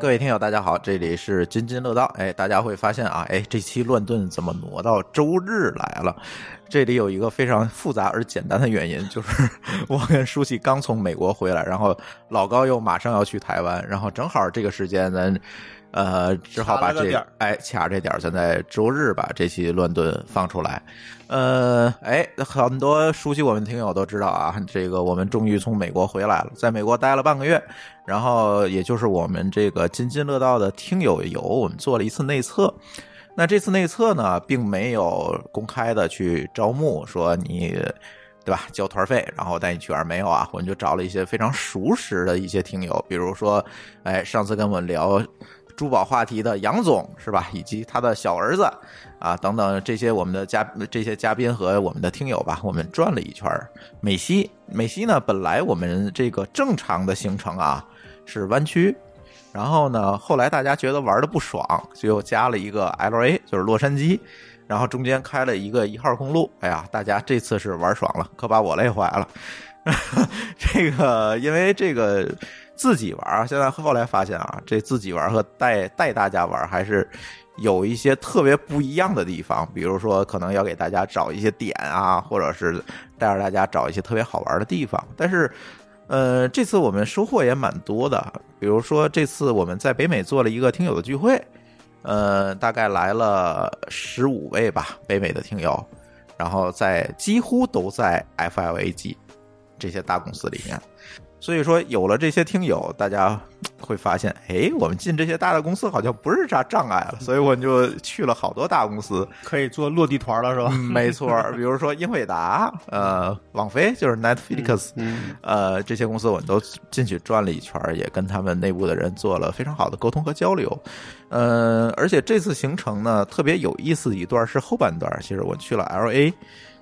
各位听友，大家好，这里是津津乐道。哎，大家会发现啊，哎，这期乱炖怎么挪到周日来了？这里有一个非常复杂而简单的原因，就是 我跟舒淇刚从美国回来，然后老高又马上要去台湾，然后正好这个时间咱。呃，只好把卡了个这点儿哎卡这点儿，咱在周日把这期乱炖放出来。呃，哎，很多熟悉我们听友都知道啊，这个我们终于从美国回来了，在美国待了半个月，然后也就是我们这个津津乐道的听友游，我们做了一次内测。那这次内测呢，并没有公开的去招募，说你对吧交团费，然后带你去玩儿没有啊？我们就找了一些非常熟识的一些听友，比如说，哎，上次跟我们聊珠宝话题的杨总是吧，以及他的小儿子啊等等这些我们的嘉这些嘉宾和我们的听友吧，我们转了一圈儿。美西，美西呢，本来我们这个正常的行程啊是湾区，然后呢，后来大家觉得玩的不爽，就又加了一个 L A，就是洛杉矶，然后中间开了一个一号公路。哎呀，大家这次是玩爽了，可把我累坏了。 这个因为这个自己玩啊，现在后来发现啊，这自己玩和带带大家玩还是有一些特别不一样的地方，比如说可能要给大家找一些点啊，或者是带着大家找一些特别好玩的地方，但是。呃，这次我们收获也蛮多的，比如说这次我们在北美做了一个听友的聚会，呃，大概来了十五位吧，北美的听友，然后在几乎都在 FLAG 这些大公司里面，所以说有了这些听友，大家会发现，哎，我们进这些大的公司好像不是啥障碍了，所以我们就去了好多大公司，可以做落地团了是嗯吧？没错儿，比如说英伟达、呃，网飞就是 Netflix，、呃，嗯这些公司我们都进去转了一圈儿，也跟他们内部的人做了非常好的沟通和交流。呃，而且这次行程呢，特别有意思的一段是后半段，其实我去了 L A，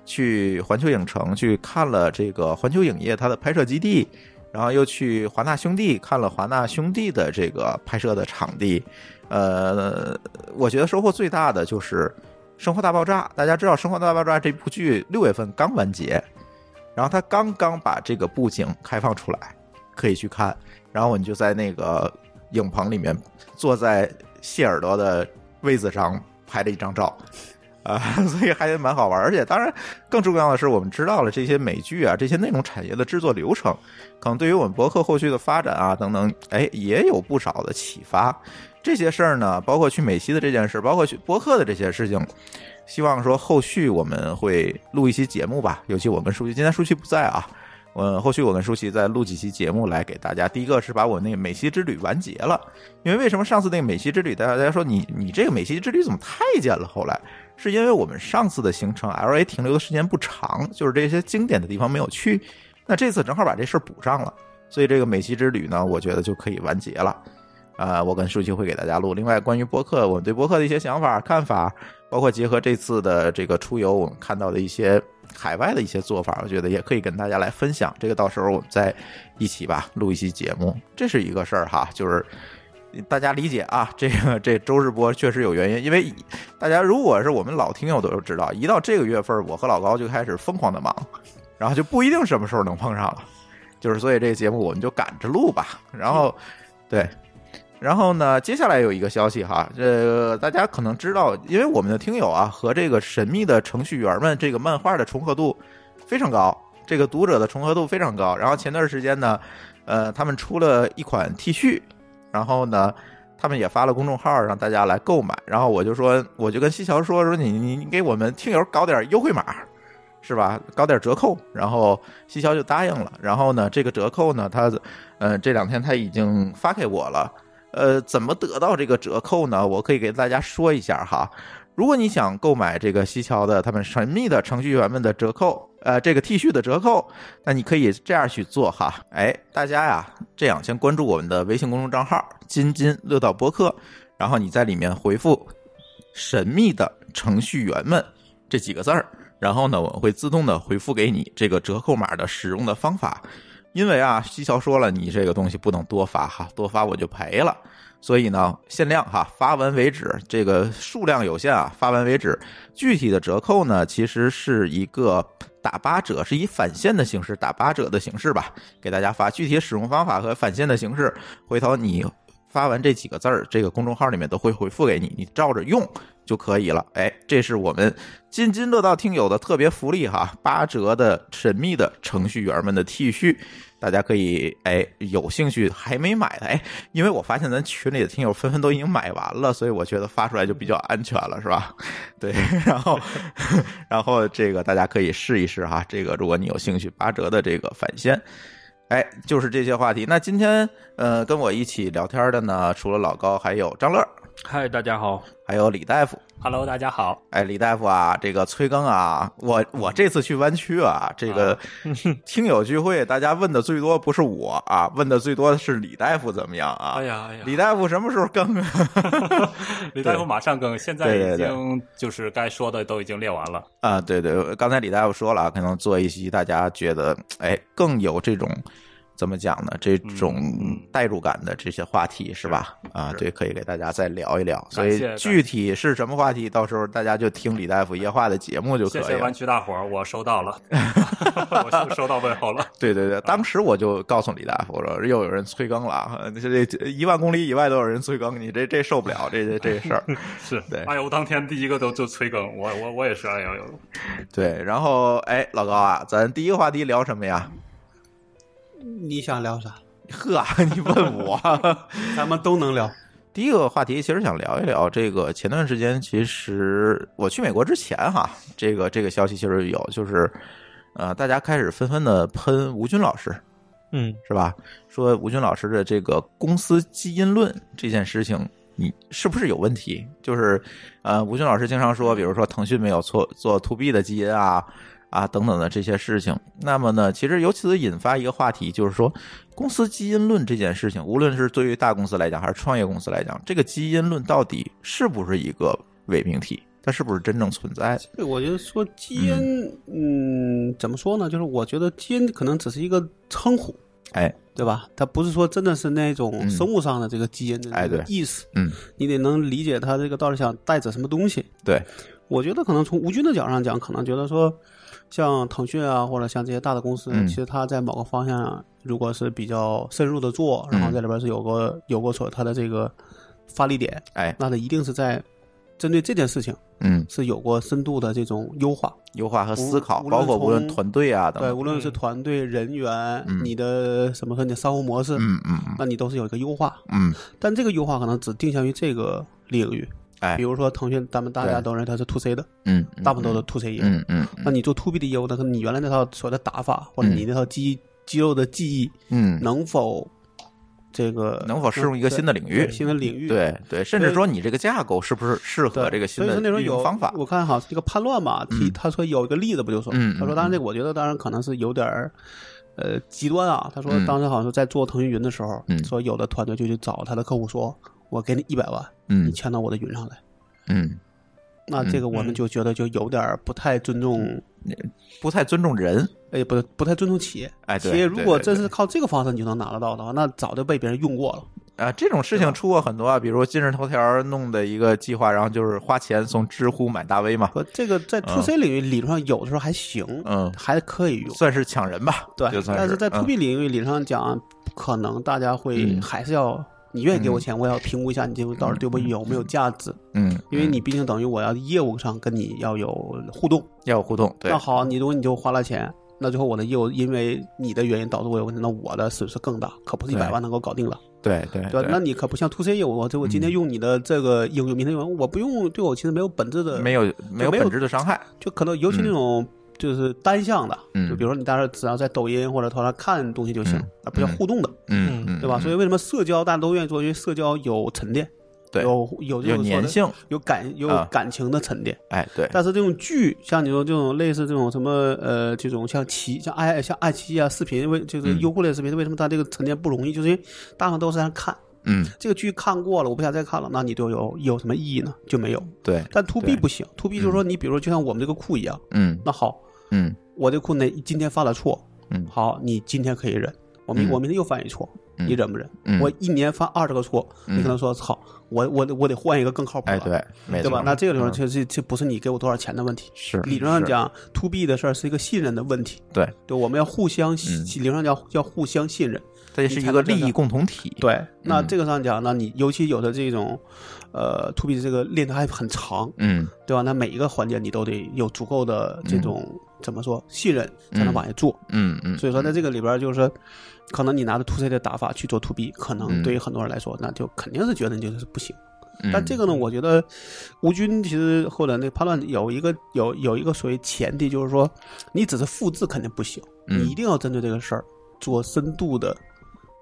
去环球影城去看了这个环球影业它的拍摄基地。然后又去华纳兄弟看了华纳兄弟的这个拍摄的场地，呃，我觉得收获最大的就是《生活大爆炸》。大家知道，《生活大爆炸》这部剧六月份刚完结，然后他刚刚把这个布景开放出来，可以去看。然后你就在那个影棚里面，坐在谢耳朵的位子上拍了一张照。 啊，所以还蛮好玩，而且当然更重要的是，我们知道了这些美剧啊，这些内容产业的制作流程，可能对于我们博客后续的发展啊等等，哎，也有不少的启发。这些事儿呢，包括去美西的这件事，包括去博客的这些事情，希望说后续我们会录一期节目吧。尤其我跟舒淇，今天舒淇不在啊，我后续我跟舒淇再录几期节目来给大家。第一个是把我那个美西之旅完结了，因为为什么上次那个美西之旅，大家大家说你你这个美西之旅怎么太监了？后来是因为我们上次的行程 L A 停留的时间不长，就是这些经典的地方没有去，那这次正好把这事儿补上了，所以这个美西之旅呢，我觉得就可以完结了。啊、我跟舒淇会给大家录。另外，关于播客，我们对播客的一些想法、看法，包括结合这次的这个出游，我们看到的一些海外的一些做法，我觉得也可以跟大家来分享。这个到时候我们再一起吧，录一期节目，这是一个事儿哈，就是。大家理解啊，这个这周日播确实有原因，因为大家如果是我们老听友都知道，一到这个月份，我和老高就开始疯狂的忙，然后就不一定什么时候能碰上了，就是所以这个节目我们就赶着录吧。然后，对，然后呢，接下来有一个消息哈，这大家可能知道，因为我们的听友啊和这个神秘的程序员们这个漫画的重合度非常高，这个读者的重合度非常高。然后前段时间呢，呃，他们出了一款 T 恤，然后呢。他们也发了公众号让大家来购买，然后我就说，我就跟西桥说说你你你给我们听友搞点优惠码，是吧？搞点折扣，然后西桥就答应了。然后呢，这个折扣呢，他呃这两天他已经发给我了。呃，怎么得到这个折扣呢？我可以给大家说一下哈。如果你想购买这个西桥的他们神秘的程序员们的折扣，呃，这个 T 恤的折扣，那你可以这样去做哈。哎，大家呀，这样先关注我们的微信公众账号“津津乐道播客”，然后你在里面回复“神秘的程序员们”这几个字儿，然后呢，我会自动的回复给你这个折扣码的使用的方法。因为啊，西桥说了，你这个东西不能多发哈，多发我就赔了。所以呢，限量哈，发完为止，这个数量有限啊，发完为止。具体的折扣呢，其实是一个打八折，是以返现的形式，打八折的形式吧，给大家发。具体使用方法和返现的形式，回头你发完这几个字儿，这个公众号里面都会回复给你，你照着用就可以了。哎，这是我们津津乐道听友的特别福利哈，八折的神秘的程序员们的 T 恤。大家可以哎，有兴趣还没买的哎，因为我发现咱群里的听友纷纷都已经买完了，所以我觉得发出来就比较安全了，是吧？ 对，然后 然后这个大家可以试一试哈，这个如果你有兴趣，八折的这个返现。哎，就是这些话题。那今天呃，跟我一起聊天的呢，除了老高，还有张乐，嗨，大家好还有李大夫。 ，Hello，大家好，哎，李大夫啊，这个催更啊，我我这次去湾区啊，这个听友聚会，大家问的最多不是我啊，问的最多的是李大夫怎么样啊？哎呀哎呀，李大夫什么时候更啊？ 李大夫马上更，现在对对已对经就是该说的都已经列完了，啊，对对，刚才李大夫说了啊，可能做一期大家觉得哎更有这种怎么讲呢？这嗯种代入感的这些话题是吧？啊，对，可以给大家再聊一聊。所感谢以感谢具体是什么话题，到时候大家就听李大夫夜话的节目就可谢以谢了湾。区大伙儿，我收到了， 我收收到问候了，对对对，当时我就告诉李大夫，我说又有人催更了啊！ 你这这一万公里以外都有人催更，你这这受不了，这这这事儿。是对，哎呦，我当天第一个都就催更，我我我也是，哎呦呦，对，然后哎，老高啊，咱第一个话题聊什么呀？你想聊啥？呵，啊 你问我。咱们都能聊。第一个话题其实想聊一聊这个，前段时间其实我去美国之前哈，这个这个消息其实有，就是呃，大家开始纷纷的喷吴军老师，嗯，是吧？说吴军老师的这个公司基因论这件事情，你是不是有问题？就是呃，吴军老师经常说，比如说腾讯没有做做 to B 的基因啊啊等等的这些事情。那么呢，其实由此引发一个话题，就是说公司基因论这件事情，无论是对于大公司来讲，还是创业公司来讲，这个基因论到底是不是一个伪命题？它是不是真正存在的？对，我觉得说基因，嗯怎么说呢？就是我觉得基因可能只是一个称呼，哎，对吧？它不是说真的是那嗯种生物上的这个基因的哎那个对意思，嗯，你得能理解它这个到底想带着什么东西。对，我觉得可能从吴军的角度上讲，可能觉得说，像腾讯啊，或者像这些大的公司，嗯其实它在某个方向啊如果是比较深入的做，然后嗯在里边是有个有个所它的这个发力点，哎，那它一定是在针对这件事情嗯，是有过深度的这种优化。优化和思考，无无论包括无论从团队啊等对，等，无论是团队、人员，嗯你的什么和你的商务模式，嗯嗯嗯那你都是有一个优化。嗯，但这个优化可能只定向于这个领域，哎比，如说腾讯，咱们大家都认为它是 to C 的，嗯，嗯大部分都是 to C 业务。嗯嗯那你做 to B 的业务呢，可能你原来那套所谓的打法，或者你那套肌肌肉的技艺，嗯，能否这个能否适用一个新的领域对新的领域？。对对，甚至说你这个架构是不是适合这个新所以的说那时候运用有方法？嗯我看好像这个叛乱嘛，提他说有一个例子不就说，嗯嗯他说当然这个我觉得当然可能是有点儿。呃，极端啊！他说嗯，当时好像是在做腾讯云的时候，嗯说有的团队就去找他的客户说：“我给你一百万，你嗯签到我的云上来。嗯，”那这个我们就觉得就有点儿不太尊重，不太尊重人。哎，不是不太尊重企业。哎，企对，业如果对对真对是靠这个方式你就能拿得到的话，那早就被别人用过了。啊，这种事情出过很多啊，比如今日头条弄的一个计划，然后就是花钱从知乎买大 V 嘛，说这个在 to C 领域理论上有的时候还行，嗯还可以用。算是抢人吧，对就，算但是在 to 嗯 B 领域理论上讲，可能大家会嗯还是要，你愿意给我钱，我也要评估一下你这个到底对我有没有价值，嗯，因为你毕竟等于我要业务上跟你要有互动。要有互动，对那，好，你如果你就花了钱，那最后我的业务因为你的原因导致我有问题，那我的损失更大，可不是一对百万能够搞定了，对哎对嗯对吧？那你可不像 to C 业务，我这我今天用你的这个应用，明天用，我不用，对我其实没有本质的，没有没有没有本质的伤害，就可能尤其那种就是单向的，嗯就比如说你当时只要在抖音或者头上看东西就行嗯，而不叫互动的，嗯嗯，对吧？所以为什么社交大家都愿意做？因为社交有沉淀，对有有这有种说粘的，性，有感有啊感情的沉淀。哎，对，但是这种剧，像你说这种类似这种什么呃，这种像奇像爱像爱奇艺啊视频，为就是嗯优酷类视频，为什么它这个沉淀不容易？就是因为大部分都是在那看嗯，这个剧看过了，我不想再看了，那你对我有有什么意义呢？就没有。对，但 to 嗯对 B 不行，to B 就是说你比如说就像我们这个库一样，嗯那好，嗯我这库内今天犯了错，嗯好，你今天可以忍，我明嗯我明天又犯一错，嗯你忍不忍？嗯我一年犯二十个错，嗯你可能说操，我我得我得换一个更靠谱的，哎，对，没对错嗯吧？，那这个里面这这这不是你给我多少钱的问题，是理论上是讲，to B 的事儿是一个信任的问题，对，对，我们要互相信，嗯理论上叫叫互相信任。这是一个利益共同体，对，嗯那这个上讲呢，你尤其有的这种，呃，to B 这个链条还很长，嗯，对吧？那每一个环节你都得有足够的这种、怎么说信任，才能往下做。嗯嗯嗯，所以说，在这个里边就是说，可能你拿着 to C 的打法去做 to B，可嗯能对于很多人来说，那就肯定是觉得你就是不行。嗯但这个呢，我觉得吴军其实或者那个判断有一个有有一个所谓前提，就是说你只是复制肯定不行，嗯你一定要针对这个事儿做深度的，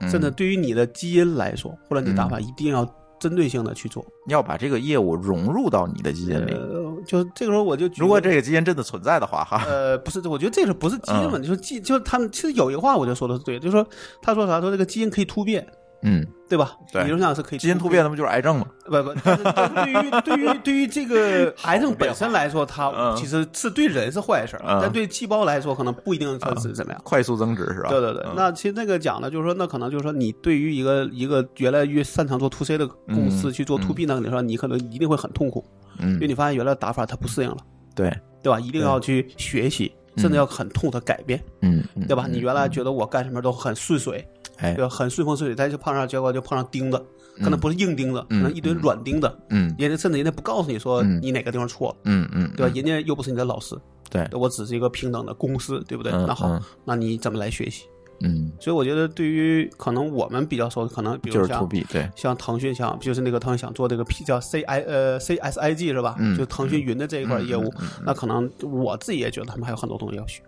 嗯甚至对于你的基因来说，或者你打法一定要针对性的去做。要把这个业务融入到你的基因里。呃，就这个时候我就举如果个这个基因真的存在的话，哈，呃，不是，我觉得这是不是基因嗯问题？就是基，就是他们其实有一个话，我觉得说的是对的，就是说他说啥，说这个基因可以突变，嗯，对吧？对理论上是可以基因突变，那不就是癌症吗？不不，但是但是 对于对于对于这个癌症本身来说，它嗯其实是对人是坏事儿，嗯但对细胞来说可能不一定算是怎么样。快速增值是吧？对对对，嗯那其实那个讲的就是说，那可能就是说，你对于一个一个原来越擅长做 to C 的公司嗯去做 to B 那个，你说你可能一定会很痛苦，因为嗯，你发现原来的打法它不适应了，对，对吧？一定要去学习，甚至要很痛的改变，嗯，嗯对吧？你原来觉得我干什么都很顺水，哎对，吧？很顺风顺水，但是碰上结果就碰上钉子，可能不是硬钉子，可能一堆软钉子，嗯人家甚至人家不告诉你说嗯你哪个地方错了，嗯嗯，对吧？人家又不是你的老师，对我只是一个平等的公司，对不对？嗯那好嗯，那你怎么来学习？嗯，所以我觉得，对于可能我们比较熟的，可能比就如是 to 像 B，对，像腾讯想，就是那个腾讯想做这个 P 叫 C I 呃 C S I G 是吧？嗯就腾讯云的这一块业务，那可能我自己也觉得他们还有很多东西要学。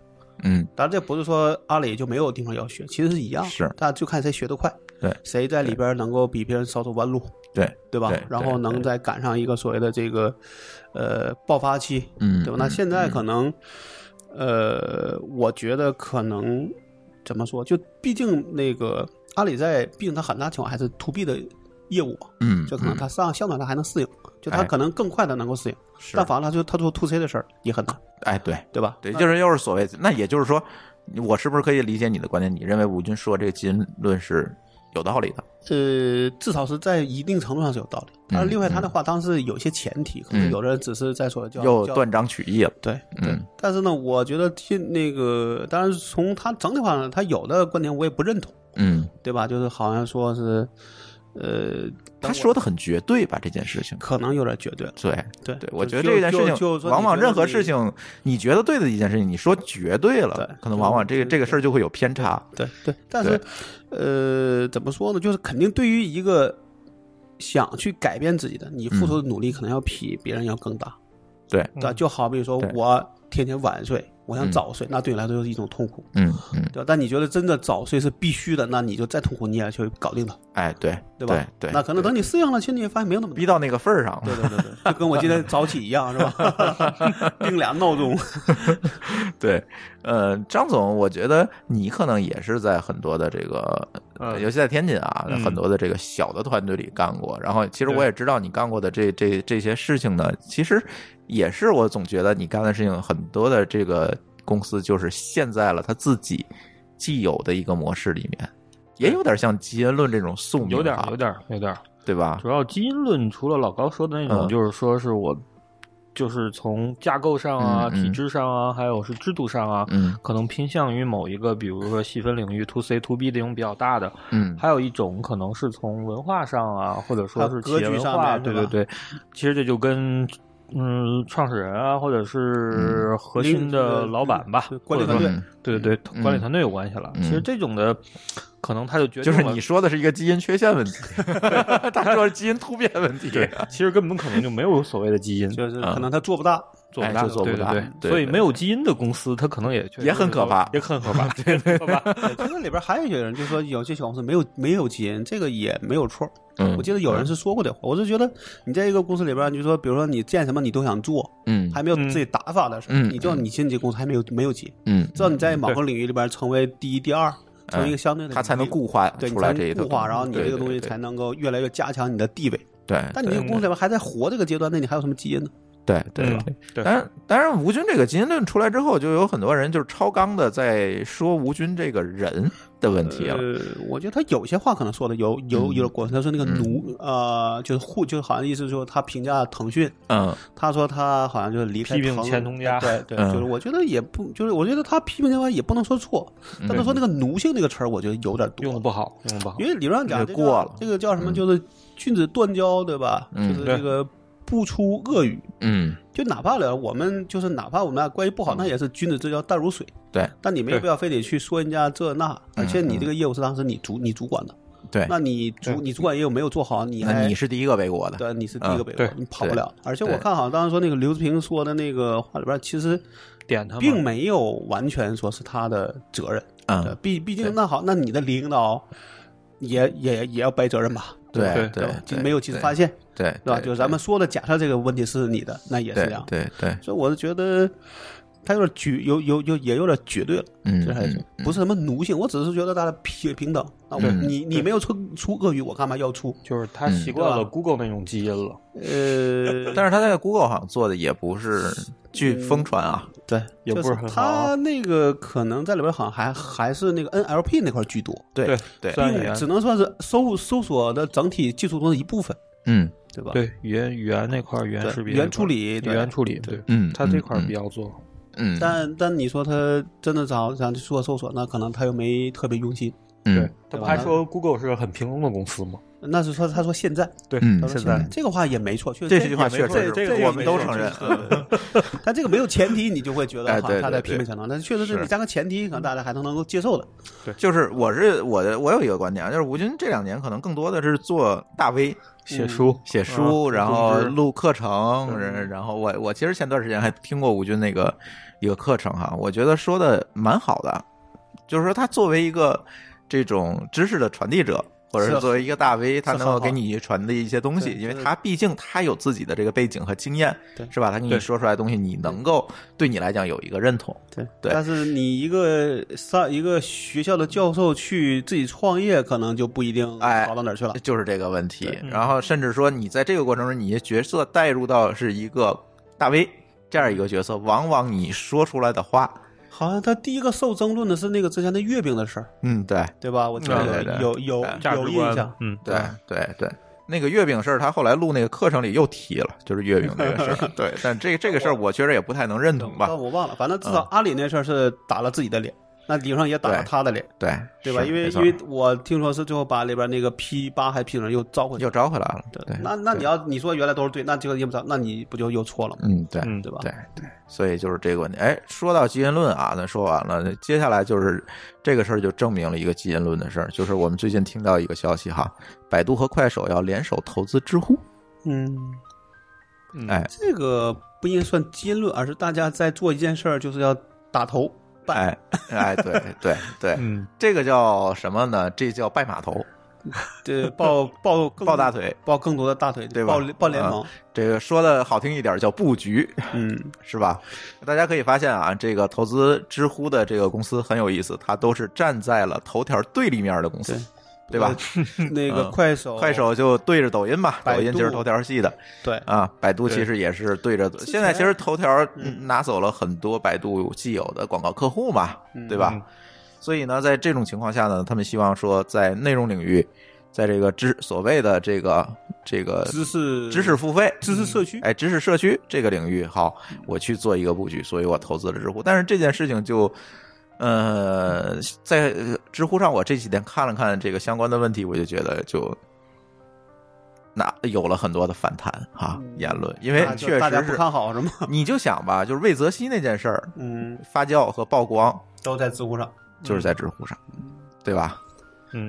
嗯，当然，这不是说阿里就没有地方要学，其实是一样，是但就看谁学得快，对谁在里边能够比别人少走弯路，对，对吧？对然后对能再赶上一个所谓的这个呃爆发期，嗯对吧？那现在可能，呃，我觉得可能怎么说？就毕竟那个阿里在，毕竟它很大情况还是 to B 的业务嘛，嗯，就可能它上相对它还能适应，就它哎可能更快的能够适应。是但反而它就它做 to C 的事儿也很难，哎，对对吧？对，那就是又是所谓，那也就是说，我是不是可以理解你的观点？你认为吴军说这个基因论是有道理的？呃，至少是在一定程度上是有道嗯理。但是另外，他的话当然是有些前提，可能有的人只是在说叫又嗯叫断章取义了，对对嗯。但是呢，我觉得听那个，当然从他整体上呢，他有的观点我也不认同，嗯，对吧？就是好像说是，呃，他说的很绝对吧？这件事情，可能有点绝对了。对对对，就我觉得就这件就事就情，说往你往觉得任何你事情，你觉得对的一件事情，你说绝对了对，可能就往往这个就这个事儿就会有偏差。对对，但是，呃，怎么说呢？就是肯定对于一个想去改变自己的，你嗯付出的努力可能要比别人要更大。对，对吧，就好比说嗯对我天天晚睡，我想嗯早睡，那对你来说就是一种痛苦，嗯嗯，对吧？但你觉得真的早睡是必须的，那你就再痛苦你也去搞定它，哎，对对吧对？对，那可能等你适应了，其实你也发现没有那么逼到那个份儿上 对了。对对对，就跟我今天早起一样，是吧？ 定俩闹钟，对，呃，张总，我觉得你可能也是在很多的这个，嗯尤其在天津啊，嗯很多的这个小的团队里干过。然后，其实我也知道你干过的这这这些事情呢，其实也是我总觉得你干的事情很多的这个公司就是陷在了他自己既有的一个模式里面，也有点像基因论这种宿命、啊，有点儿，有点儿，有点儿。对吧？主要基因论除了老高说的那嗯种，就是说是我，就是从架构上啊、嗯嗯体制上啊，还有是制度上啊，嗯可能偏向于某一个，比如说细分领域 to C to B 这种比较大的。嗯还有一种可能是从文化上啊，或者说还有是格企业局文上化，面是对吧对对。其实这就跟嗯创始人啊，或者是核心的老板吧，管理或团者说队，嗯对对对，嗯管理团队有关系了。嗯其实这种的，可能他就决就定是了你说的是一个基因缺陷问题，他说是基因突变问题。对，其实根本可能就没有所谓的 基因，就是可能他做不大，做嗯不哎大，就做不对对大对对所以对没有基因的公司，它可能也确实也很是可怕也很 可怕，对对吧？其实里边还有一些人就说有些小公司没有没有基因，这个也没有错。嗯我记得有人是说过这话，我就觉得你在一个公司里边，你就说比如说你见什么你都想做，嗯还没有自己打法的时候，嗯你就你进这公司还没有没有基因，嗯，直到你在某个领域里边成为第一、第二，成为一个相对的领域，哎它才能固化对你出才来这一能套固化，然后你这个东西对才能够越来越加强你的地位。对对对但你这个公司里边还在活这个阶段，那你还有什么基因呢？对对嗯吧？对当然，当然，吴军这个基因论出来之后，就有很多人就是超纲的在说吴军这个人的问题了。呃，我觉得他有些话可能说的有有有点过分，他说那个奴呃，就是互，就是好像意思说他评价腾讯，嗯他说他好像就是离开批评腾前东家对对，嗯就是我觉得也不，就是我觉得他批评前也不能说错，嗯但他说那个奴性这个词儿，我觉得有点多用的不好，用的不好因。为理论上讲，有这点个过了这个叫什么？嗯就是君子断交，对吧？嗯就是这个不出恶语。嗯，就哪怕了，我们就是哪怕我们俩关系不好，那也是君子之交淡如水。对，但你没有必要非得去说人家这那，而且你这个业务是当时你主你主管的，对，那你主你主管业务没有做好，你哎嗯那还你是第嗯一个背锅的。对你是第一个被对迫，你跑不了。而且我看好像当时说那个刘志平说的那个话里边，其实嗯点他们并没有完全说是他的责任。对嗯，毕毕对竟那好，那你的领导也也也要背责任吧？对对对吧对，没有及时发现，对，对对吧？就是咱们说的，假设这个问题是你的，那也是对这样。对对，所以我是觉得他有点绝，有有有也有点绝对了，嗯这还是嗯嗯不是什么奴性？我只是觉得大家平平等。那我嗯你你没有出出恶语，我干嘛要出？就是他习惯嗯了 Google 那种基因了， 呃，但是他在 Google 好像做的也不是，据疯传啊，对，也不就是是很好啊他那个可能在里边好像还还是那个 NLP 那块居多，对对对，虽然语言只能算是搜搜索的整体技术中的一部分，嗯对吧？对语言语言那块儿语言对识别语言那块儿处理语对言处理对，嗯，他这块儿比较较做嗯，但但你说他真的找想去做搜索，那可能他又没特别用心。对嗯，他不还说 Google 是个很平庸的公司吗？那是说他说现在，对嗯他说现在这个话也没错，确实这句话也没确错实这是个我们都承认，嗯 但这个没有前提，你就会觉哎得哈对他对对在批评成能，但确实是是你加个前提，可能大家还能能够接受的。就是我是我的我有一个观点啊，就是吴军这两年可能更多的是做大 V，写书写书，啊然后组织录课程，然然后我我其实前段时间还听过吴军那个一个课程哈，我觉得说的蛮好的，就是说他作为一个这种知识的传递者。或者是是作为一个大 V，他是能很够好给你传递一些东西，对因为就是他毕竟他有自己的这个背景和经验，对是吧？他给你对说出来的东西，你能够对你来讲有一个认同，对，对但是你一个上一个学校的教授去自己创业，可能就不一定哎好到哪儿去了。就是这个问题对。嗯然后甚至说你在这个过程中，你的角色带入到是一个大 V 这样一嗯个角色，往往你说出来的话，好像他第一个受争论的是那个之前的月饼的事儿，嗯，对对吧？我记得对对对哎有有价有有值印观象，，嗯，对对对。那个月饼事儿，他后来录那个课程里又提了，就是月饼这个 事儿。对，但这这个事儿，我确实也不太能认同吧但。我忘了，反正至少阿里那事儿是打了自己的脸，那李尚也打了嗯对他的脸，对对吧？是因为没因错为我听说是最后把里边那个 P 八还 P 人又招回去又了，招回来了。对，那那你要你说原来都是对，那这个也不招，那你不就又错了吗？嗯，对，嗯对吧？对对，所以就是这个问题。哎，说到基因论啊，那说完了，接下来就是这个事儿就证明了一个基因论的事儿，就是我们最近听到一个消息哈，百度和快手要联手投资知乎。嗯，嗯哎这个不应该算基因论，而是大家在做一件事儿，就是要打头。哎哎，对对对，嗯，这个叫什么呢？这叫拜码头、对，抱抱更抱大，腿。抱更多的大腿，对吧啊抱抱联盟，这个说的好听一点叫布局，嗯，是吧？大家可以发现啊，这个投资知乎的这个公司很有意思，它都是站在了头条对立面的公司，对吧？呃那个嗯快手，快手就对着抖音嘛，百抖度音就是头条系的对，啊，百度其实也是对着。现在其实头条嗯拿走了很多百度既有的广告客户嘛，嗯对吧？所以呢，在这种情况下呢，他们希望说在内容领域，在这个知所谓的这个这个嗯知识知识付费。知识社区，哎，知识社区这个领域，好，我去做一个布局，所以我投资了知乎。但是这件事情就，呃，在呃知乎上，我这几天看了看这个相关的问题，我就觉得就那有了很多的反弹哈、言论，因为那啊就哎确大家实不是，看好是吗？你就想吧，就是魏则西那件事儿嗯，发酵和曝光，都在知乎上。就是在知乎上，对吧？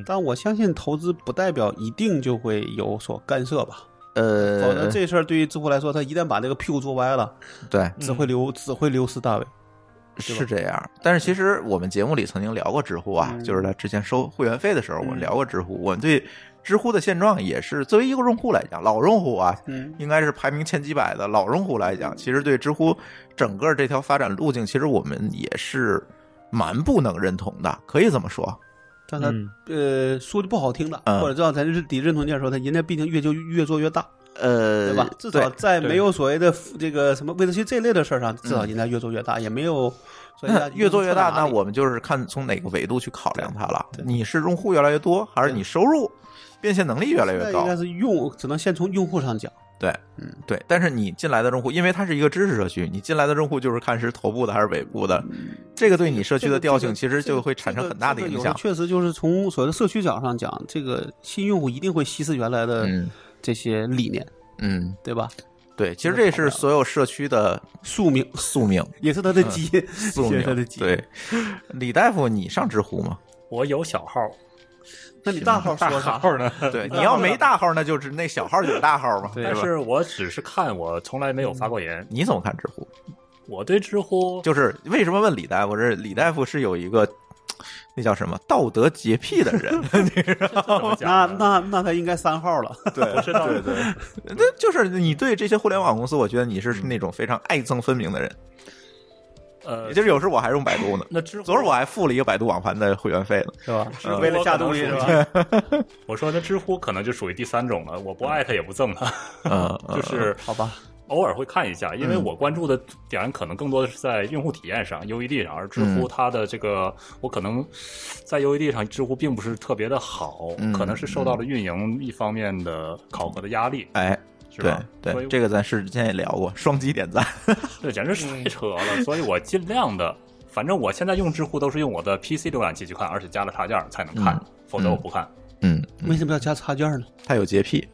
但我相信投资不代表一定就会有所干涉吧，否则呃，这事儿对于知乎来说，他一旦把这个屁股坐歪了，对，只会流只会流失大尾。是这样，但是其实我们节目里曾经聊过知乎啊，嗯就是在之前收会员费的时候，我们聊过知乎。我们对知乎的现状也是，作为一个用户来讲，老用户啊，嗯，应该是排名前几百的老用户来讲，其实对知乎整个这条发展路径，其实我们也是蛮不能认同的，可以这么说。让他、呃说句不好听的，嗯或者让咱得认同一点说，他人家毕竟越就越做越大，呃，对吧？至少在没有所谓的这个什么为了去这类的事儿上，至少人家越做越大，也没有说人家嗯那越做越大，一定那到哪里我们就是看从哪个维度去考量它了对。对你是用户越来越多，还是对你收入变现能力越来那越应高该？是用，只能先从用户上讲。对，嗯，对。但是你进来的用户，因为它是一个知识社区，你进来的用户就是看是头部的还是尾部的，嗯这个对你社区的调性其实就会产生很大的影这个有响的。确实就是从所谓的社区角上讲，这个新用户一定会稀释原来的嗯这些理念，嗯，对吧？对，其实这是所有社区的宿命宿命，也是他的基因，嗯 宿也命是他的。基因。对，李大夫，你上知乎吗？我有小号，那你大号说啥？号呢？对，你要没大号，那就是那小号就是大号嘛，对吧但？是我只是看，我从来没有发过言。你怎么看知乎？我对知乎就是为什么问李大夫？是李大夫是有一个那叫什么道德洁癖的人，怎 么那讲呢那那他应该三号了， 对，不知道那就是你对这些互联网公司，我觉得你是那种非常爱憎分明的人。嗯呃嗯也，就是有时候我还用百度呢，那知乎 昨儿我还付了一个百度网盘的会员费呢。 是吧？知乎为了下可能东西属是于吧？ 我说那知乎可能就属于第三种了，我不爱他也不憎他，嗯，嗯就是好吧，偶尔会看一下，因为嗯我关注的点可能更多的是在用户体验上、UED 上，而知嗯乎它的这个，我可能在 UED 上，知乎并不是特别的好，嗯可能是受到了运营一方面的考核的压力，哎，是对吧？所对，以这个咱是之前也聊过，双击点 赞。这简直是太扯了，所以我尽量的，反正我现在用知乎都是用我的 PC 浏览器去看，而且加了插件才能看，嗯否则我不看。嗯， 为什么要加插件呢？他有洁癖。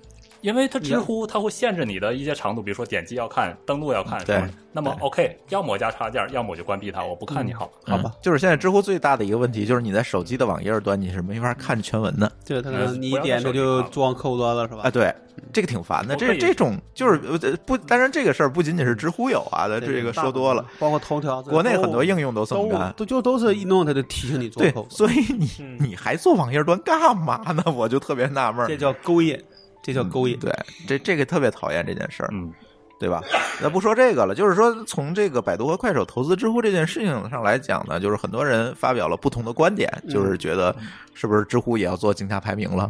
因为它知乎它会限制你的一些长度，比如说点击要看、登录要看，对是吧那么对 OK，要么我加插件，要么我就关闭它，我不看你好。嗯好吧，就是现在知乎最大的一个问题就是你在手机的网页端你是没法看全文的。对他可嗯能你一不要点他再说就这个装客户端了是吧？啊，对，这个挺烦的。我这嗯可以这种就是呃不，当然这个事儿不仅仅是知乎有啊，对，这个大说多部了分，，包括头条，国内很多应用都这么都干。都就都是一弄他就提醒你做对客户，端，所以你嗯你还做网页端干嘛呢？ 我就特别纳闷儿。这叫勾引，这叫勾引。嗯对，这这个特别讨厌这件事儿，嗯，对吧？那不说这个了，就是说从这个百度和快手投资知乎这件事情上来讲呢，就是很多人发表了不同的观点，嗯就是觉得是不是知乎也要做竞价排名了，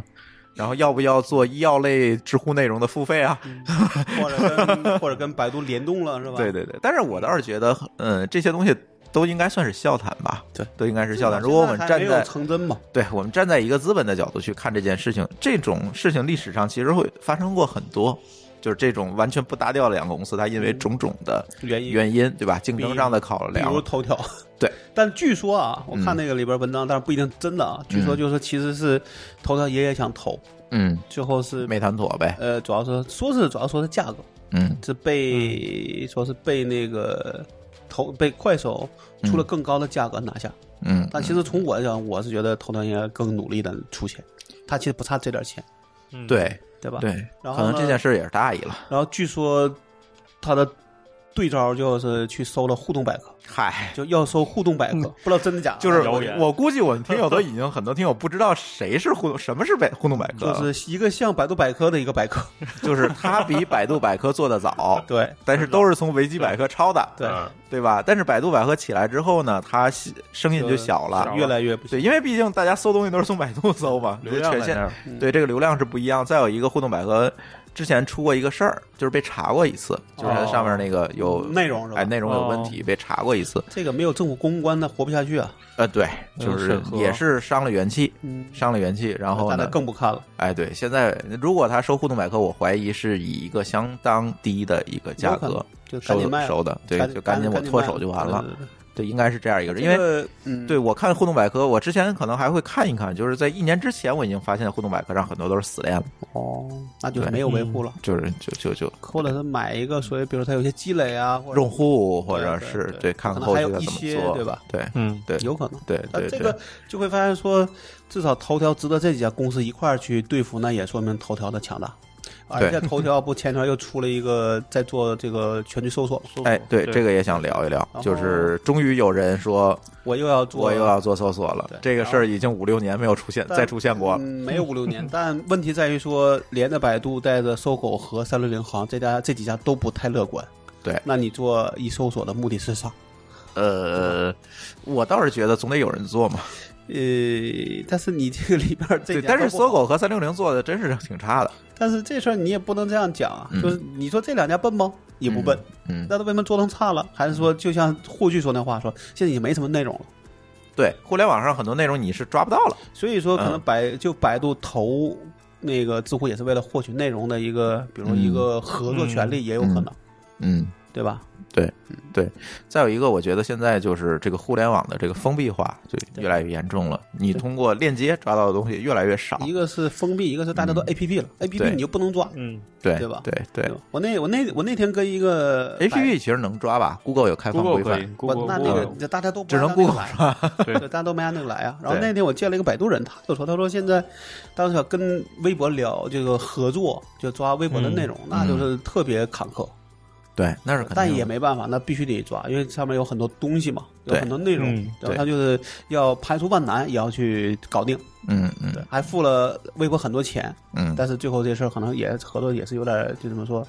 然后要不要做医药类知乎内容的付费啊？或者跟或者跟百度联动了是吧？对对对，但是我倒是觉得，嗯，这些东西都应该算是笑谈吧，对，都应该是至笑少谈。现在还没有成如果我们站在真嘛，成真嘛，对我们站在一个资本的角度去看这件事情，这种事情历史上其实会发生过很多，就是这种完全不搭调的两个公司，它因为种种的原因原因，对吧？竞争上的考比量如，头条，对。但据说啊，我看嗯那个里边文章，但是不一定真的啊。据说就是其实是头条爷爷想投，嗯，最后是没谈妥呗，呃，主要是说是主要说是价格嗯是被说是被那个投被快手出了更高的价格拿下。嗯，但其实从我来讲，我是觉得头条应该更努力的出钱，他其实不差这点钱，对对吧？。对，嗯可然后呢能这件事也是大意了。然后据说他的对招就是去搜了互动百科，嗨，就要搜互动百科，不知道真的假的，就是谣言我估计我们听友都已经很多听友不知道谁是互动，什么是百互动百科就了，是一个像百度百科的一个百科，，就是它比百度百科做的早 对但是都是从维基百科抄的，对，嗯对吧？但是百度百科起来之后呢，它声音就小了，越来越不行。对，因为毕竟大家搜东西都是从百度搜嘛，流量权在那限儿，嗯对这个流量是不一样。再有一个互动百科之前出过一个事儿，就是被查过一次，就是它上面那个有哦嗯内容是吧哦哎，内容有问题被查过一次。这个没有政府公关，他活不下去啊！呃，对，就是审核也是伤了元气，嗯，伤了元气。然后大家呢，更不看了。哎，对，现在如果他收互动百科，我怀疑是以一个相当低的一个价有可格能就赶收紧卖了收的，对，就赶紧我脱手就完了。对。对对对，应该是这样一个，对因为嗯这个嗯，对，我看互动百科，我之前可能还会看一看，就是在一年之前，我已经发现互动百科上很多都是死链了，哦，那就对没有维护了，就是就就就或者是买一个所谓，比如它有些积累啊，或者用户或者对是对对看可能后还续有要一怎么些做，对吧？对嗯，对有可能。对那对这对个，就会发现说，至少头条值得这几家公司一块儿去对付，那也说明头条的强大。而且头条不前段又出了一个在做这个全局搜索，哎，对对这个也想聊一聊，然就是终于有人说我又要做，我又要做搜索了对，这个然事儿已经五六年没有出现但再出现过了，嗯，没有五六年，但问题在于说，连着百度、带着搜狗和三六零行这家这几家都不太乐观。对那你做一搜索的目的是啥？呃，我倒是觉得总得有人做嘛，呃，但是你这个里边儿这对，家但是都不好搜狗和三六零做的真是挺差的，但是这事儿你也不能这样讲啊，嗯就是你说这两家笨吗？也不笨，嗯，那他为什么做成差了？还是说就像护具说那话说，现在已经没什么内容了。对，互联网上很多内容你是抓不到了，所以说，可能嗯百、就百度投那个知乎也是为了获取内容的一个，比如说嗯一个合作权利，也有可能，嗯，对吧？再有一个，我觉得现在就是这个互联网的这个封闭化就越来越严重了。你通过链接抓到的东西越来越少，一个是封闭，一个是大家都 A P P 了、a P 嗯 P 对你就不能抓，嗯，对对吧对对吧我那我那我那天跟一个，A P P 其实能抓吧？Google 有开放规 Google 可以范，我，Google 那那个嗯大家都不只按能那个 Google 来啊是吧？对对，大家都没按那个来啊。然后对那天我见了一个百度人，他就说，他说现在当时跟微博聊这个合作，就抓微博的内容，那就是特别坎坷，对，那嗯是肯定的。但也没办法，那必须得抓，因为上面有很多东西嘛，有对很多内容嗯，然后对他就是要排除万难也要去搞定，嗯嗯还付了微博很多钱，嗯，但是最后这事儿可能也合作也是有点儿就怎么说，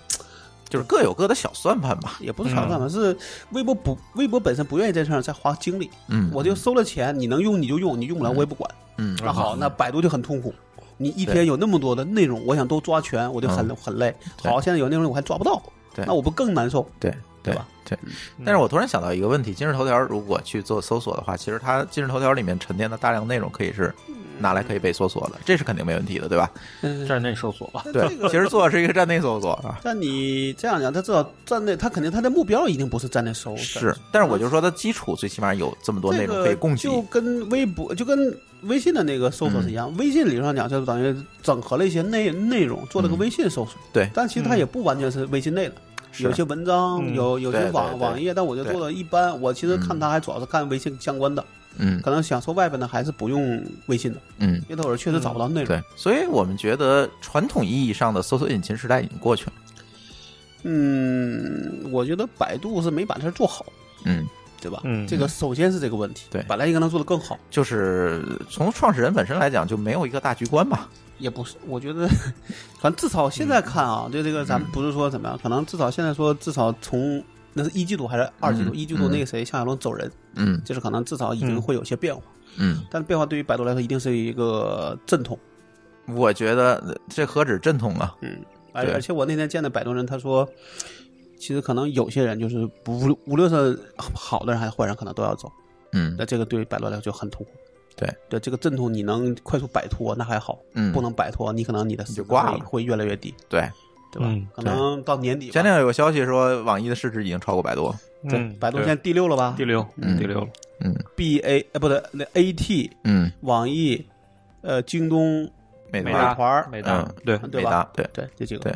就是各有各的小算盘吧。也不是炒饭吧，是微博不微博本身不愿意在这上再花精力，嗯，我就收了钱，你能用你就用，你用不了我也不管。嗯那好，那百度就很痛苦。你一对嗯天有那么多的内容，我想都抓全，我就很、很累。对好，现在有内容我还抓不到，对那我不更难受？对对对吧嗯对。但是我突然想到一个问题：今日头条如果去做搜索的话，其实它今日头条里面沉淀的大量内容可以是拿来可以被搜索的，这是肯定没问题的，对吧？嗯，站内搜索吧，对这，个其实做的是一个站内搜索啊。但你这样讲，他至少站内，他肯定他的目标一定不是站内收。是，但是我就说它基础最起码有这么多内这容可以个供给。就跟微博就跟微信的那个搜索是一嗯样，微信理论上讲就是等于整合了一些内内容，做了个嗯微信搜索。对嗯但其实它也不完全是微信内的，是有些文章，嗯有有些对网对对网页，但我就做的一般。我其实看它还主要是看微信相关的，嗯可能想搜外边的还是不用微信的，嗯，因为那会儿确实找不到内容。对，所以我们觉得传统意义上的搜索引擎时代已经过去了。嗯，我觉得百度是没把这事儿做好，嗯，对吧？嗯这个首先是这个问题，对本来应该能做得更好。就是从创始人本身来讲，就没有一个大局观吧。也不是，我觉得，反正至少现嗯在看啊，就这个咱们不是说怎么样，可能至少现在说，至少从那是一季度还是二季度？嗯一季度那个谁夏小龙走人，嗯就是可能至少已经嗯会有些变化，嗯，但是变化对于百度来说一定是一个阵痛。我觉得这何止阵痛啊！而对而且我那天见的百度人，他说，其实可能有些人就是不无论是好的人还是坏人，可能都要走。嗯那这个对于百度来说就很痛苦。对对，这个阵痛你能快速摆脱那还好，嗯，不能摆脱你可能你的你就挂了死会越来越低，对。对吧？嗯可能到年底吧前两天有个消息说，网易的市值已经超过百度。嗯，百度对现在第六了吧？第六，嗯第六了， B A 呃不对，那 A T 嗯，网易，呃京东美美达大团儿美大嗯，对，对美吧达对。对这几个对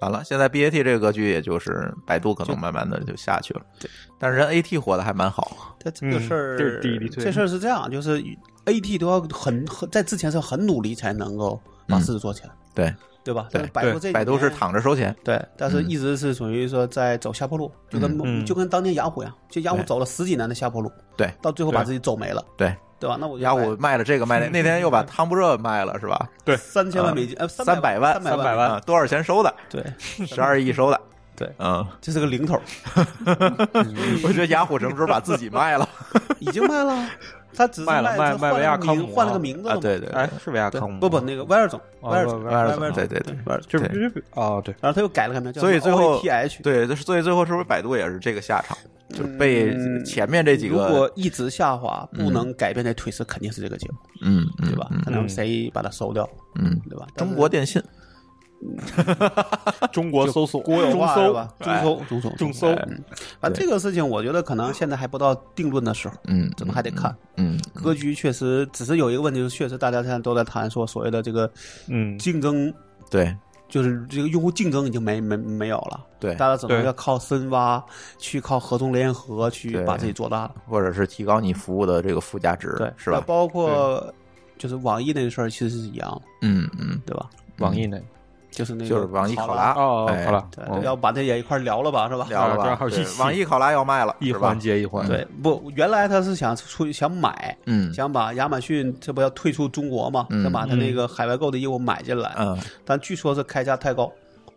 完了，现在 BAT 这个格局，也就是百度可能慢慢的就下去了。对，但是人 AT 火的还蛮好。它这个嗯事儿、这是第一滴退这事儿是这样，就是 A T 都要很很在之前是很努力才能够把嗯市值做起来，对对吧？对但是百度这几百度是年躺着收钱。对，但是嗯一直是属于说在走下坡路，就跟、嗯就跟当年雅虎一样，就雅虎对走了十几年的下坡路，对到最后把自己走没了，对，对吧？那我雅虎卖了这个 卖那，那天又把汤不热卖了是吧？三千万美金，呃，三百万万，三300万啊，多少钱收的？对，十二亿收的。 对，嗯，这是个零头，我觉得雅虎什么时候把自己卖 了已经 卖了，他只是卖了卖他卖换维亚了个康名姆换了啊个名啊？字了嘛对对，对哎，是维亚对康吗？不不，那个威尔总，哦威尔总，威尔总威尔对对对威尔总。就是对必须必哦，对，然后他又改了个名，叫所以最后 T H。对，就是所以最后是不是百度也是这个下场，就是被嗯前面这几如果个，一直下滑，嗯不能改变的颓势，肯定是这个结果，嗯，对对吧？嗯看能谁把它收掉，嗯，对吧？但是中国电信，啊中国搜索，国有中化是搜吧？，中搜，中搜，中搜哎哎嗯反正这个事情，我觉得可能现在还不到定论的时候，嗯，咱们还得看。嗯，嗯，格局确实，只是有一个问题，就是确实大家现在都在谈说所谓的这个嗯，竞争，对就是这个用户竞争已经没没没有了，对，大家只能对要靠深挖，去靠合纵联合去对把自己做大了。或者是提高你服务的这个附加值，对，是那吧？包括就是网易那个事儿，其实是一样的，嗯嗯，对吧？网易那个就是那个就啊是网易考考拉，哦，哎好了，对，哦要把这也一块儿聊了吧，是吧？聊了嗯啊这吧还？有对一起网易考拉要卖了，一是吧环？接一环，对，不，原来他是想出想买，嗯想把亚马逊这不要退出中国嘛，嗯想把他那个海外购的业务买进来，嗯，但据说是开价太高，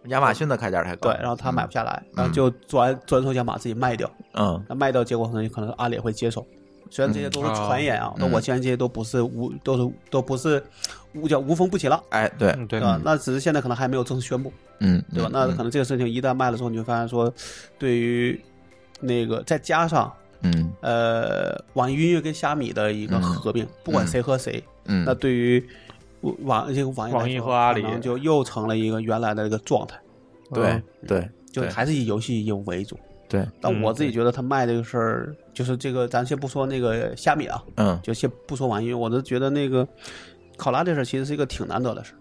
亚马逊的开价太高，对，然后他买不下来，嗯然后就转转手想把自己卖掉，嗯那卖掉结果可能可能阿里也会接手，虽然这些都是嗯传言啊，嗯但我相信这些都不是无都是都不是无叫无风不起浪，哎，对，嗯对对吧？那只是现在可能还没有正式宣布，嗯，对吧？那可能这个事情一旦卖了之后，你就发现说，对于那个再加上嗯呃网易音乐跟虾米的一个嗯合并，不管谁和谁，嗯，那对于网这个网易来网易说和阿里可能就又成了一个原来的一个状态，嗯对对嗯就还是以游戏业务为主。对，但我自己觉得他卖这个事儿，就是这个，咱先不说那个虾米啊，嗯就先不说网易，我都觉得那个考拉这事儿其实是一个挺难得的事儿，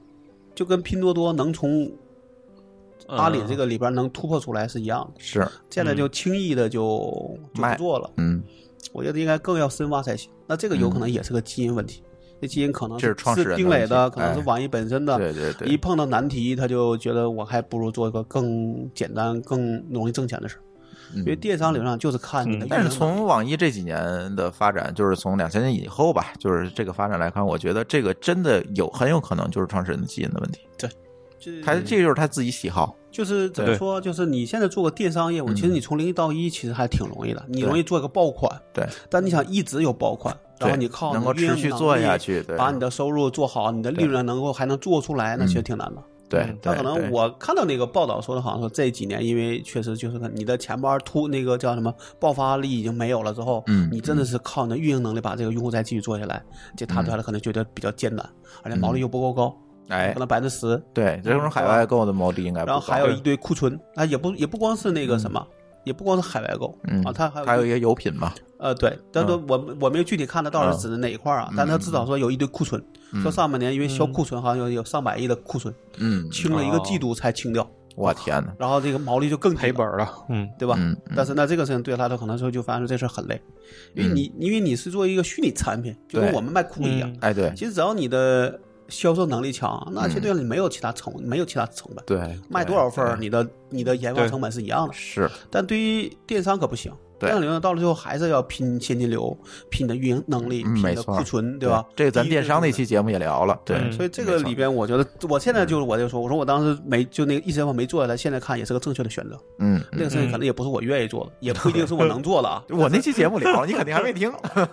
就跟拼多多能从嗯阿里这个里边能突破出来是一样的，是，现在就嗯轻易的就就卖不做了。嗯我觉得应该更要深挖才行。那这个有可能也是个基因问题，这基因可能这是创始人的丁磊的，问题可能是哎网易本身的。对对对一碰到难题，他就觉得我还不如做一个更简单、更容易挣钱的事儿，因为嗯。电商理论上就是看你的运营能力、但是从网易这几年的发展，就是从两千年以后吧，就是这个发展来看，我觉得这个真的有很有可能就是创始人的基因的问题。就是他这就是他自己喜好，就是怎么对说，就是你现在做个电商业务，嗯其实你从零到一其实还挺容易的，你对容易做一个爆款，对，但你想一直有爆款，然后对你靠能够你的运持营续能做力下去，对，把你的收入做好，你的利对润能够还能做出来，那其实嗯挺难的。对，那对可对能我看到那个报道说的，好像说这几年因为确实就是你的钱包突那个叫什么爆发力已经没有了之后，嗯你真的是靠你的运营能力把这个用户再继续做下来，这踏出来可能觉得比较艰难，而且毛利又不够高，嗯哎可，能百分之十，对，这种海外购的毛利应该不然后还有高一堆库存，啊，也不也不光是那个什么，也不光是海外购、嗯啊，它还有还有一一堆个油品嘛，呃对，但是我、我没有具体看它到底是指的哪一块儿啊，但它至少说有一堆库存，说上半年因为销库存好像有有上百亿的库存，嗯，清了一个季度才清掉，我天呐，然后这个毛利就更低赔了本儿了，嗯，对吧？嗯嗯但是那这个事情对他的可能说就发现这事儿很累，因为你、因为你是做一个虚拟产品，就跟对我们卖酷一样。嗯哎，对其实只要你的销售能力强，那其实对了你没有其他成、没有其他成本，对，卖多少份儿对你的你的研发对成本是一样的。是但对于电商可不行，对电商流量到了最后还是要拼现金流、拼你的运营能力、嗯拼你没的错库存，对吧？这个咱低于电商那成本期节目也聊了，对，嗯所以这个里边，我觉得我现在就是我就说，我说我当时没就那个一时半会没做下来，现在看也是个正确的选择。嗯，。那个事情可能也不是我愿意做的，也不一定是我能做的啊 我那期节目聊了，你肯定还没 听，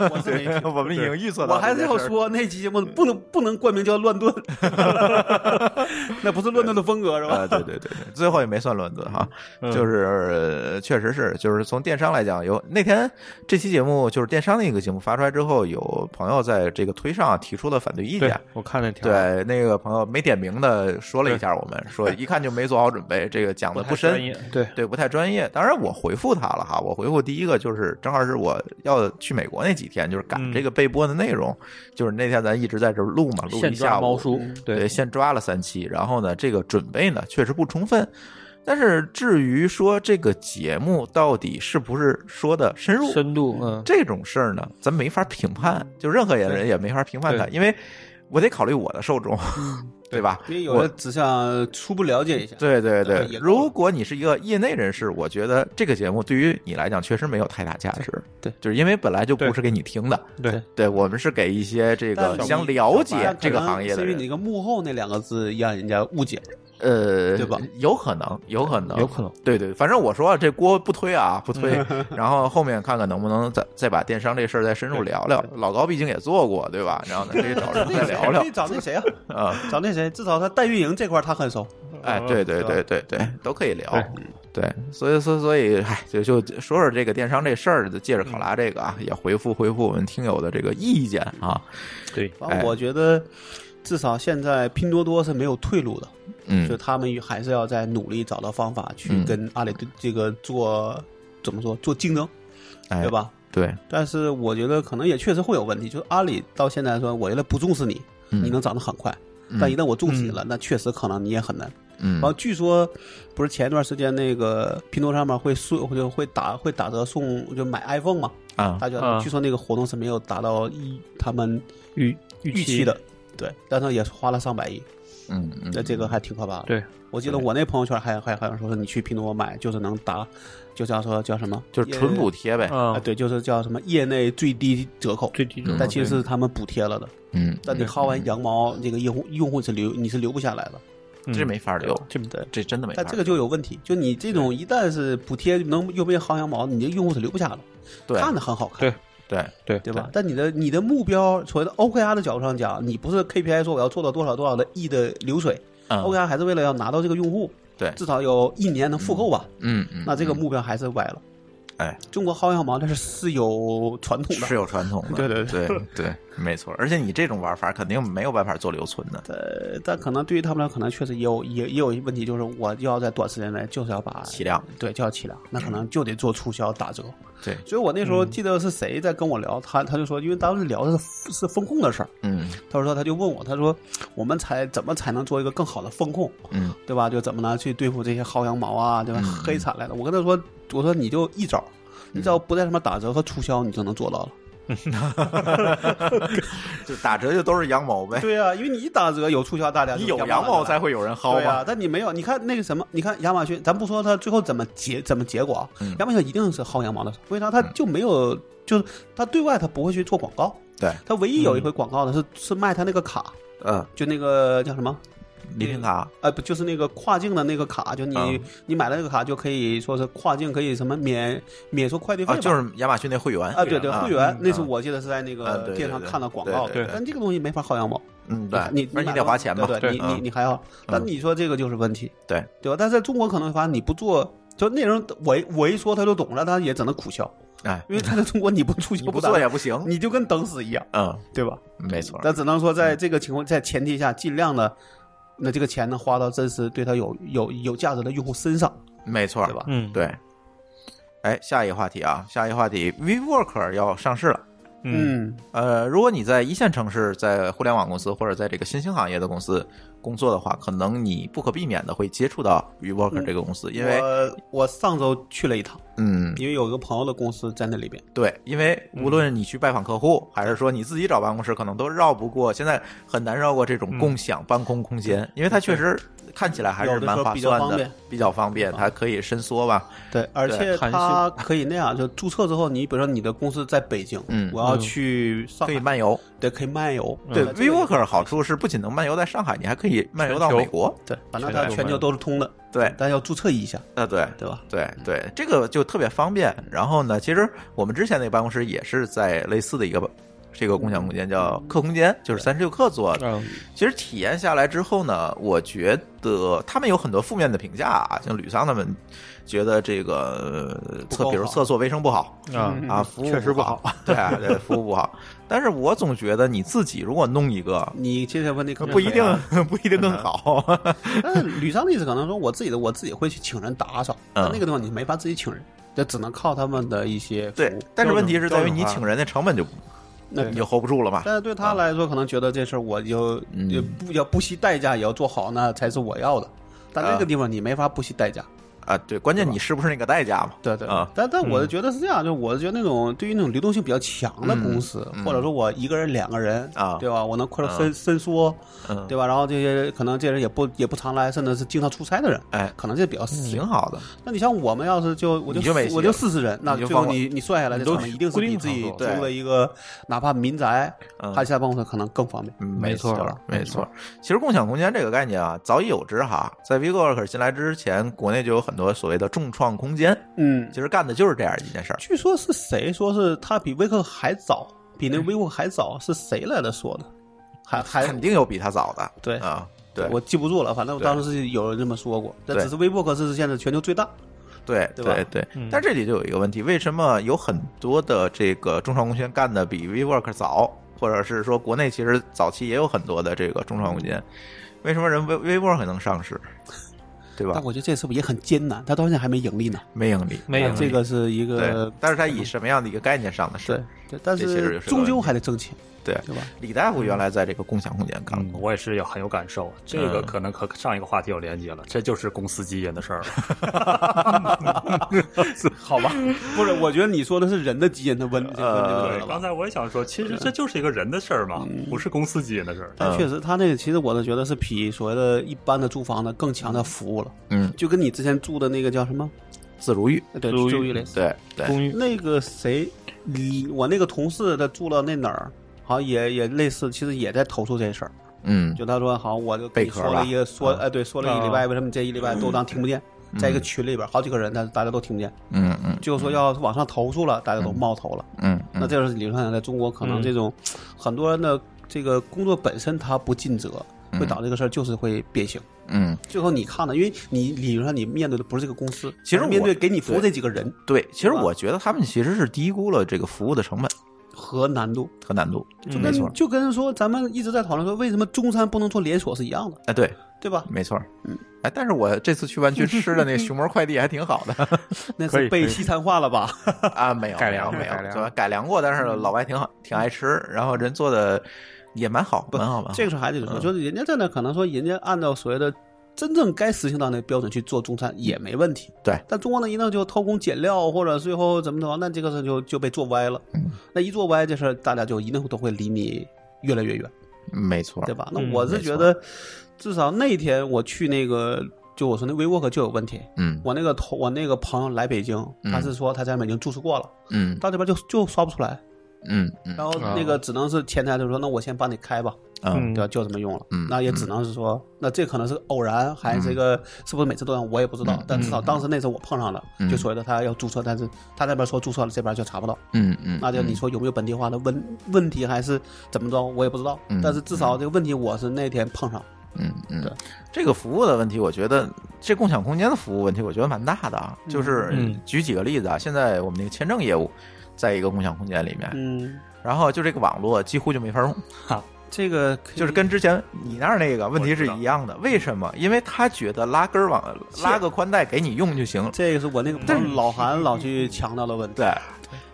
我是没听 我们已经预测到我这件还是事儿，要说那期节目不能不能冠名叫乱炖， 那不是乱炖的风格是吧？啊，对对对对，最后也没算轮子 哈，就是、呃确实是，就是从电商来讲，有那天这期节目就是电商的一个节目发出来之后，有朋友在这个推上提出了反对意对见。，我看那条，对，那个朋友没点名的说了一下，我们说一看就没做好准备，这个讲的不太深，专业，对，对，不太专业。当然，我回复他了哈，我回复第一个就是，正好是我要去美国那几天，就是赶嗯这个备播的内容，就是那天咱一直在这儿录嘛，录了现一抓下猫午，叔，对，，先抓了三期，然后呢，这个准备呢确实不充分。但是至于说这个节目到底是不是说的深入，深度，嗯，这种事儿呢，咱没法评判，就任何人也没法评判它，对嗯因为我得考虑我的受众， 对吧？因为有的只想初步了解一下，对对对呃也，够了如果你是一个业内人士，我觉得这个节目对于你来讲确实没有太大价值。对就是因为本来就不对是给你听的，对，对我们是给一些这个但想了解但可能这个行业的是因为你人，那个幕后那两个字让人家误解，呃，对吧？有可能，有可能，有可能，对对，反正我说啊这锅不推啊，不推。嗯然后后面看看能不能再再把电商这事儿再深入聊聊。老高毕竟也做过，对吧？然后呢， 可以找人再聊聊可以找那谁 啊？啊。找那谁？至少他代运营这块他很熟。哎，对对对对对，都可以聊对。对，所以所以所以，哎，就就说说这个电商这事儿，就借着考拉这个啊，也回复回复我们听友的这个意见啊。对，反正哎我觉得，至少现在拼多多是没有退路的，就嗯，他们还是要在努力找到方法去嗯跟阿里对这个做怎么说做竞争，哎，对？吧？对，但是我觉得可能也确实会有问题，就是阿里到现在来说，我觉得不重视你，嗯你能涨得很快，嗯但一旦我重视你了，那确实可能你也很难。嗯然后据说，不是前一段时间那个拼多多上面会送就会打会打折送就买 iPhone 嘛，啊，大家、啊据说那个活动是没有达到一他们预预预期，的。对，但是也是花了上百亿，嗯嗯，那这个还挺可怕的。对，我记得我那朋友圈还还还有人说是你去拼多多买，就是能达，就叫说叫什么，就是纯补贴呗。啊，嗯，对，就是叫什么业内最低折扣，最低嗯但其实是他们补贴了的。嗯，但你薅完羊毛，这个用户用户是留你是留不下来的，嗯这没法留，这对。哎这真的没法但留。嗯这个就有问题，就你这种一旦是补贴能又被薅羊毛，你这用户是留不下了。对看着很好看，对对，对对吧？？但你的你的目标，所谓的 OKR 的角度上讲，你不是 KPI 说我要做到多少多少的亿的流水、嗯 o k r 还是为了要拿到这个用户，对，至少有一年能复购吧？嗯嗯，那这个嗯目标还是歪了。哎，中国薅羊毛那是是有传统的是，有传统的，对对对对没错。而且你这种玩法肯定没有办法做留存的，呃，但可能对于他们来说，可能确实也有也也有一问题，就是我要在短时间内就是要把起量，对就要起量，那可能就得做促销打折。对，所以我那时候嗯记得是谁在跟我聊，他他就说，因为当时聊的是是风控的事儿，嗯他说他就问我，他说我们才怎么才能做一个更好的风控，嗯对吧？就怎么呢去对付这些薅羊毛啊，对吧？嗯黑产来的，我跟他说，我说你就一招，你只要不在什么打折和促销，你就能做到了。就打折就都是羊毛呗，对啊，因为你一打折有促销，大家就你有要羊买了毛才会有人薅对啊嘛，，但你没有，你看那个什么，你看亚马逊，咱不说它最后怎么结怎么结果啊，嗯亚马逊一定是薅羊毛的，为啥它就没有，就是它对外它不会去做广告，对，它唯一有一回广告的是、是卖它那个卡，嗯，就那个叫什么？礼品卡，呃，不就是那个跨境的那个卡，就你、嗯你买了那个卡就可以说是跨境可以什么免免收快递费啊，吧、就是亚马逊那会员啊，对对，啊会员、那是嗯我记得是在那嗯个对电对商对看到广告的，对对对但这个东西没法薅羊毛，嗯，对，你而且买你得了花钱嘛，对对，你嗯你你还要，但嗯你说这个就是问题，对对吧？但在中国可能反正你不做，就内容我一我一说他就懂了，他也只能苦笑，哎，因为他在中国你不促销你不打做也不行，你就跟等死一样，嗯，对吧？没错，但只能说在这个情嗯况在前提下，尽量的。那这个钱呢，花到真实对他有有有价值的用户身上，没错，对吧？嗯，对。哎，下一个话题啊，下一个话题，WeWork 要上市了。嗯嗯，呃，如果你在一线城市，在互联网公司或者在这个新兴行业的公司工作的话，可能你不可避免的会接触到 WeWork 这个公司，因为我我上周去了一趟，嗯，因为有一个朋友的公司在那里边。对，因为嗯无论你去拜访客户，还是说你自己找办公室，可能都绕不过现在很难绕过这嗯种共享办公空间，因为它确实看起来还是有的时蛮候划比较算方的便，嗯比较方便，它可以伸缩吧。对，而且弹性它可以那样，就注册之后，你比如说你的公司在北京，嗯我要去上可以海，漫游。对，可以漫游，对那这个，WeWork 好处是不仅能漫游在上海，你还可以漫游到全球美国。对，反正它全球全球都是通的，对，但要注册一下，啊对。对吧？对对，这个就特别方便。然后呢，其实我们之前那个办公室也是在类似的一个这个共享空间，叫客空间，就是三十六氪做的。嗯其实体验下来之后呢，我觉得他们有很多负面的评价啊，像吕桑他们觉得这个呃不厕，够比如好厕所卫生不好啊啊，服务确实不不好，对啊，对服务不好。但是我总觉得你自己如果弄一个，你现在问那个不一定，啊 不一定更好。但是吕商的意思可能说，我自己的我自己会去请人打扫，嗯但那个地方你没法自己请人，这只能靠他们的一些服 对务。， 但是问题是在于标准你化请人的成本就那你就 hold 不住了嘛。但是对他来说，可能觉得这事儿我就啊嗯也不要不惜代价也要做好，那才是我要的。但那啊个地方你没法不惜代价，啊，对，关键你是不是那个代价嘛？对对啊但但我觉得是这样，就我觉得那种对于那种流动性比较强的公司，嗯嗯或者说我一个人、两个人啊对吧？我能快啊速伸伸缩，嗯，对吧？然后这些可能这人也不也不常来，甚至是经常出差的人，哎，可能这比较死挺。好的。那你像我们要是就我就你就没戏我就四十人，那你就最后放你你算下来，这都场地一定是固定比自己场租所对的一个哪怕民宅，嗯还是在办公室可能更方便。嗯没错错，没错。其实共享空间这个概念啊，早已有之哈。在 WeWork 进来之前，国内就有很多所谓的众创空间，嗯，其实干的就是这样一件事儿。据说是谁说是他比威克还早，比那威克还早，是谁来的说的？还还嗯肯定有比他早的，对啊，对，我记不住了，反正我对当时是有人这么说过。但对只是微博克是现在全球最大，对对吧对对。但这里就有一个问题，为什么有很多的这个众创空间干的比 WeWork 早，或者是说国内其实早期也有很多的这个众创空间，为什么人 We WeWork 能上市，对吧但？我觉得这是不是也很艰难？他到现在还没盈利呢。没盈利，没有这个是一对个。但是它以什么样的一个概念上的对市？对，但这其实也是是个终究问题还得挣钱，对对吧？李大夫原来在这个共享空间干过。嗯我也是有很有感受，啊这个嗯可能和上一个话题有连接了，这就是公司基因的 事儿了。好吧，不是，我觉得你说的是人的基因的问问这个呃问对，题刚吧？才我也想说，其实这就是一个人的事儿嘛，嗯不是公司基因的事儿。但确实，他那个其实我是觉得是比所谓的一般的租房的更强的服务了，嗯，就跟你之前住的那个叫什么？呃自如寓，对，租住寓类似。对对，公寓那个谁，李我那个同事他住了那哪儿，好像也也类似，其实也在投诉这事儿。嗯就他说，好，我就跟贝你壳说吧了一个说，哎，对，说了一个礼拜，为什么这一礼拜都当听不见？在一个群里边，好几个人，但是大家都听不见。嗯嗯最后说要往上投诉了，大家都冒头了。嗯嗯那这样理论上，在中国可能嗯这种很多人的这个工作本身它不尽责，会导致这个事儿就是会变形。嗯，最后你看的，因为你理论上你面对的不是这个公司，其实而是面我对给你服务这几个人对，其实对吧我觉得他们其实是低估了这个服务的成本和难度，和难度，嗯没错跟，就跟说咱们一直在讨论说为什么中餐不能做连锁是一样的，哎，对，对吧？没错，嗯，哎，但是我这次去湾区吃的那个熊猫快递还挺好的 那可是以被可以西餐化了吧？啊，没有改良没有改没有，良对吧改良过，但是老外挺好，挺爱吃，然后人做的也蛮好，蛮好，蛮好，这个时候还得嗯我觉得人家在那可能说人家按照所谓的真正该实行到那标准去做中餐也没问题。对但中国呢一弄就偷工减料或者最后怎么怎么，那这个事就就被做歪了。嗯那一做歪这事儿，大家就一定都会离你越来越远，没错，对吧？那嗯我是啊没觉错得，至少那天我去那个。就我说那 WeWork 就有问题，嗯我那个同我那个朋友来北京，嗯他是说他在北京注册过了，嗯到这边就就刷不出来，嗯嗯，然后那个啊只能是前台就说那我先帮你开吧，嗯嗯对吧？就这么用了，嗯那也只能是说，那这可能是偶然，还是一个是不是每次都让我也不知道，嗯但至少当时那次我碰上了，嗯就所谓的他要注册，但是他那边说注册了，这边就查不到，嗯嗯，那就你说有没有本地化的问问题，还是怎么着，我也不知道，嗯但是至少这个问题我是那天碰上，嗯嗯对，这个服务的问题，我觉得这共享空间的服务问题，我觉得蛮大的啊。就是嗯举几个例子啊，现在我们那个签证业务在一个共享空间里面，嗯，然后就这个网络几乎就没法用，这个可以就是跟之前你那儿那个问题是一样的。为什么？因为他觉得拉根儿网拉个宽带给你用就行了。这个是我那个朋友老韩老去强调的问题，对，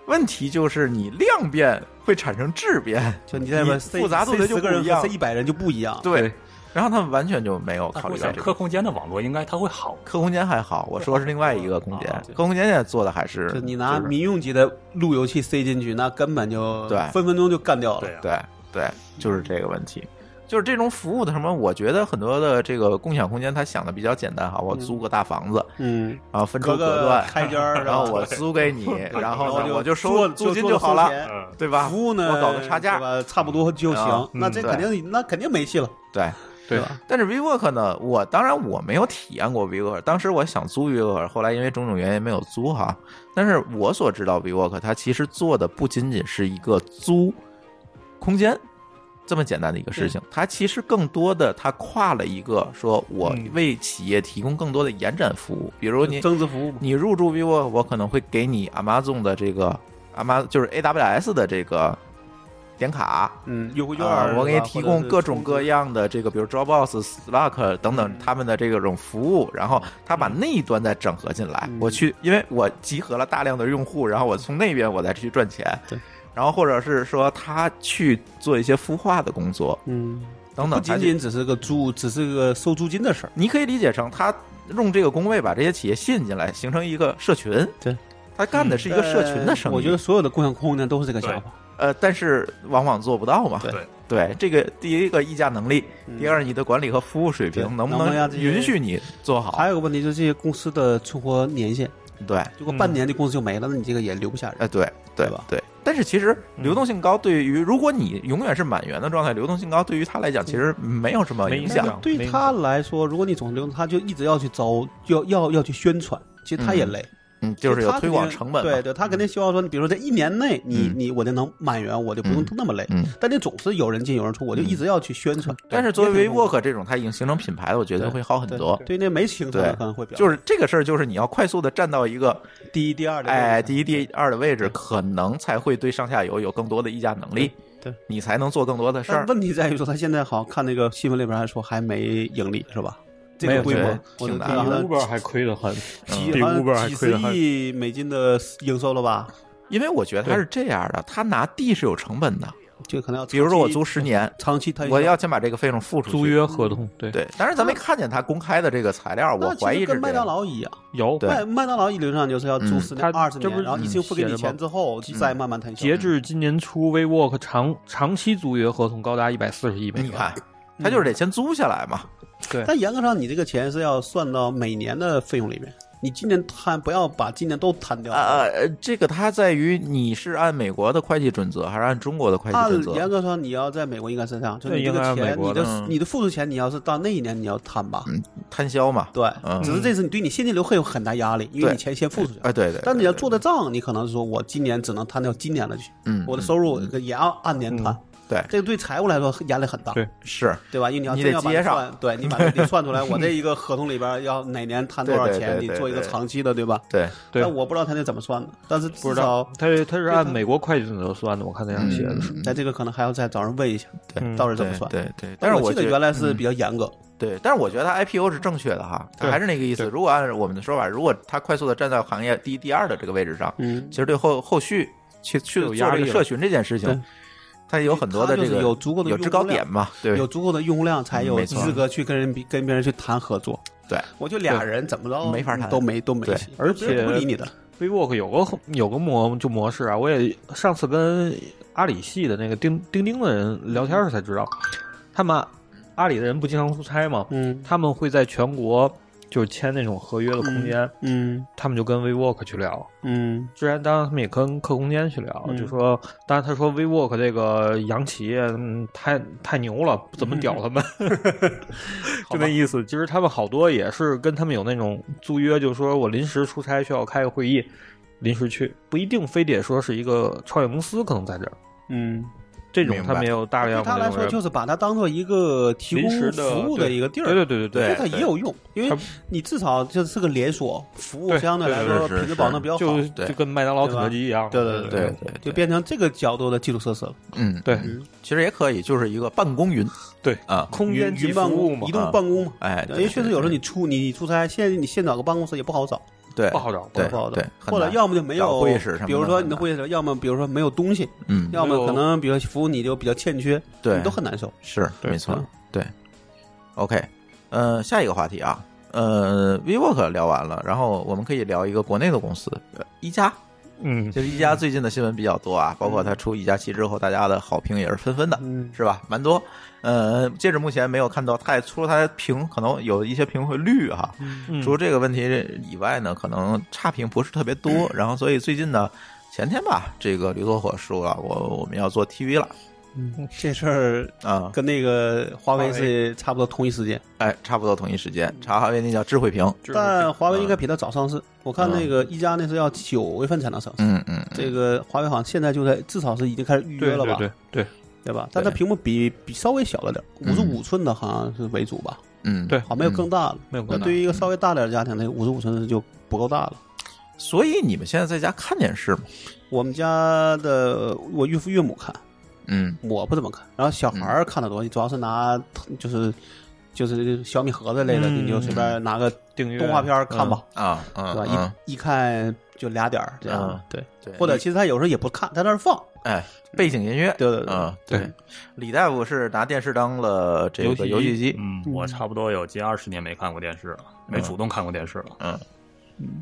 问题就是你量变会产生质变，就你在那边你塞复杂度的塞就十不个人一样和一百人就不一样，对。然后他们完全就没有考虑我到想这个。客空间的网络应该它会好，客空间还好，我说是另外一个空间哦啊，客空间现在做的还是就你拿就是民用级的路由器塞进去，那根本就对分分钟就干掉了。对啊，对对，就是这个问题，就是这种服务的什么，我觉得很多的这个共享空间，他想的比较简单哈，我租个大房子，嗯，然后分出隔隔个 断，开间 儿，然后我对租给你，然后 然呢后我就收做租金做就好了做收，钱嗯，对吧？服务呢，我搞个差价对吧，差不多就啊行。那这对肯定那肯定没戏了，对。对对吧？但是 WeWork 呢，我当然我没有体验过 WeWork，当时我想租 WeWork，后来因为种种原因没有租哈。但是我所知道 WeWork 它其实做的不仅仅是一个租空间这么简单的一个事情，它其实更多的它跨了一个说我嗯为企业提供更多的延展服务，比如你增值服务嘛，你入驻 vivo，我可能会给你 Amazon 的这个 Amazon 就是 AWS 的这个点卡。嗯，优惠券啊儿，我给你是吧提供各种各。或者是充值样的这个，比如 Dropbox、Slack 等等他们的这种服务，然后他把那一端再整合进来。嗯我去，因为我集合了大量的用户，然后我从那边我再去赚钱。对，然后或者是说他去做一些孵化的工作嗯，等不等，仅他就仅只是个租，只是个收租金的事儿。你可以理解成他用这个工位把这些企业吸引进来，形成一个社群。对，他干的是一个社群的生意。呃我觉得所有的共享空间都是这个想法。呃，但是往往做不到嘛。对对这个第一个议价能力，嗯第二你的管理和服务水对平能不能不能让能这些允许你做好还？有个问题就是这些公司的存活年限，对，如果半年这公司就没了，那你这个也留不下人。嗯呃，对，对对吧对。但是其实嗯流动性高，对于如果你永远是满员的状态，流动性高对于他来讲其嗯实没有什么没影影响响。那对他来说，如果你总是留，他就一直要去招，要要要去宣传，其实他也累，嗯，就是有他推肯定广成本嘛。对对，他肯定希望说，你比如说在一年内，你嗯你我就能满员，我就不用嗯那么累。嗯。但你总是有人进有人出，我就一直要去宣传。但是作为也挺痛苦 WeWork 这种，它已经形成品牌了，我觉得对会好很对多。对那没形成的对可能会比较就是这个事儿，就是你要快速的站到一个第一、第二的位置，哎，第一、第二的位置，可能才会对上下游有更多的议价能力，对对你才能做更多的事但儿。问题在于说，他现在好像看那个新闻里边还说还没盈利是吧？这没个有规对模，我挺的难天的呐，Uber 还亏得很，几比好像 Uber 还几亏十得很亿美金的营收了吧？因为我觉得它是这样的，他拿地是有成本的，这个可能要比如说我长期租十年，长期推销，我要先把这个费用付出去。租约合同对对，当然咱没看见他公开的这个材料，我那其怀实疑是跟这麦当样。劳一样，有对麦麦当劳理论上就是要租嗯十年它二十这不年，是然后一次付给写你的钱吗之后再慢慢摊销。截至今年初，WeWork 长长期租约合同高达一百四十亿美元。你看，他嗯就是得先租下来嘛。对但严格上，你这个钱是要算到每年的费用里面，你今年摊不要把今年都摊掉。呃，呃这个它在于你是按美国的会计准则还是按中国的会计按准则？严格说，你要在美国应该是这样，就对你这应该个按美钱，国你的的嗯你的付出钱，你要是到那一年你要摊吧，摊销嘛。对嗯，只是这次你对你现金流会有很大压力，因为对你钱先付出去了哎，。对对。但你要对做的账，你可能是说我今年只能摊掉今年的去，嗯我的收入也要按年摊。对这个对财务来说压力很大，嗯对是对吧？因为你要你真得要把接它上算，对 你把这得算出来，我这一个合同里边要哪年摊多少对对钱，对你对做一个对长期的，对吧？对，对但我不知道他那怎么算的，但是至不知道少他他是按美国会计准则算的，我看那样写的是。在这个可能还要再找人问一下，嗯到底嗯怎对么算。对对。但是我觉记嗯得得原来是比较严格，对，但是我觉得它 IPO 是正确的哈，它还是那个意思。如果按我们的说法，如果它快速的站在行业第一、第二的这个位置上，嗯，其实对后后续去去就有做压这力个了社群这件事对情，它有很多的它这就是个有足够的有制高用户量点嘛，对有足够的用户量才嗯有没错资格去跟人比跟别人去谈合作。对，我就俩人怎么着没法谈都没都没对戏，而且不理你的。 WeWork 有个有个模就模式啊，我也上次跟阿里系的那个钉钉钉的人聊天儿才知道，他们阿里的人不经常出差嘛，嗯他们会在全国就是签那种合约的空间，嗯他们就跟 WeWork 去聊。嗯之前当然他们也跟客空间去聊，嗯就说，当然他说 WeWork 这个洋企嗯太太牛了，不怎么屌 他们，就那意思。其实他们好多也是跟他们有那种租约，就是说我临时出差需要开个会议，临时去，不一定非得说是一个创业公司，可能在这儿嗯，这种明白他们也有大对量的他来这种说人就是把它当做一个提供临时的服务的一个地儿，对对对对对它也有用，因为它你至少就是个连锁服务，对相对来对说是是品质保证比较对，好，就对就跟麦当劳、肯德基一样，对对对对对就变成这个角度的基础设施了。嗯，对，其实也可以，就是一个办公云对啊，空间及云服办务公、嘛移，动啊办公嘛，哎，因对为确实有时候你出你出差，现在你现找个办公室也不好找，对不好找，对不好找对，很或者难要么就没找有会议室什么比如的说很你的难会议室，要么比如说没有东西，嗯，要么没有可能比如说服务你就比较欠缺，对你都很难受。是对没错嗯，对。OK，呃，下一个话题啊，呃，WeWork 聊完了，然后我们可以聊一个国内的公司，呃一加。嗯，就是一加最近的新闻比较多啊，包括它出一加七之后，大家的好评也是纷纷的，嗯是吧？蛮多。呃，截止目前没有看到太除了它的评，可能有一些评会绿哈，嗯除了这个问题以外呢，可能差评不是特别嗯多。然后，所以最近呢，前天吧，这个刘作火说了，我我们要做 TV 了嗯这事儿啊、跟那个华为华为是差不多同一时间，哎，差不多同一时间，查哈维那叫智慧屏，但华为应啊该比它早上市。我看那个一加那是要九月份才能上市，嗯嗯，这个华为好像现在就在至少是已经开始预约对了对吧，对对，对吧？但它对屏幕比比稍微小了点，五十五寸的好像是为主吧，嗯，对好像没有更大了。没有那关系。对于一个稍微大点的家庭，那五十五寸就不够大了。所以你们现在在家看电视吗？我们家的我岳父岳母看，嗯，我不怎么看。然后小孩儿看的多，主要是拿就是就是小米盒子类的，嗯你就随便拿个订阅动画片儿看吧，啊，对嗯，吧嗯？一一看就俩点儿这样嗯，对。对，或者其实他有时候也不看，在那儿放。哎，背景音乐，对对对嗯，对，李大夫是拿电视当了这个游游戏戏机，嗯，我差不多有近二十年没看过电视了，没主动看过电视了。嗯，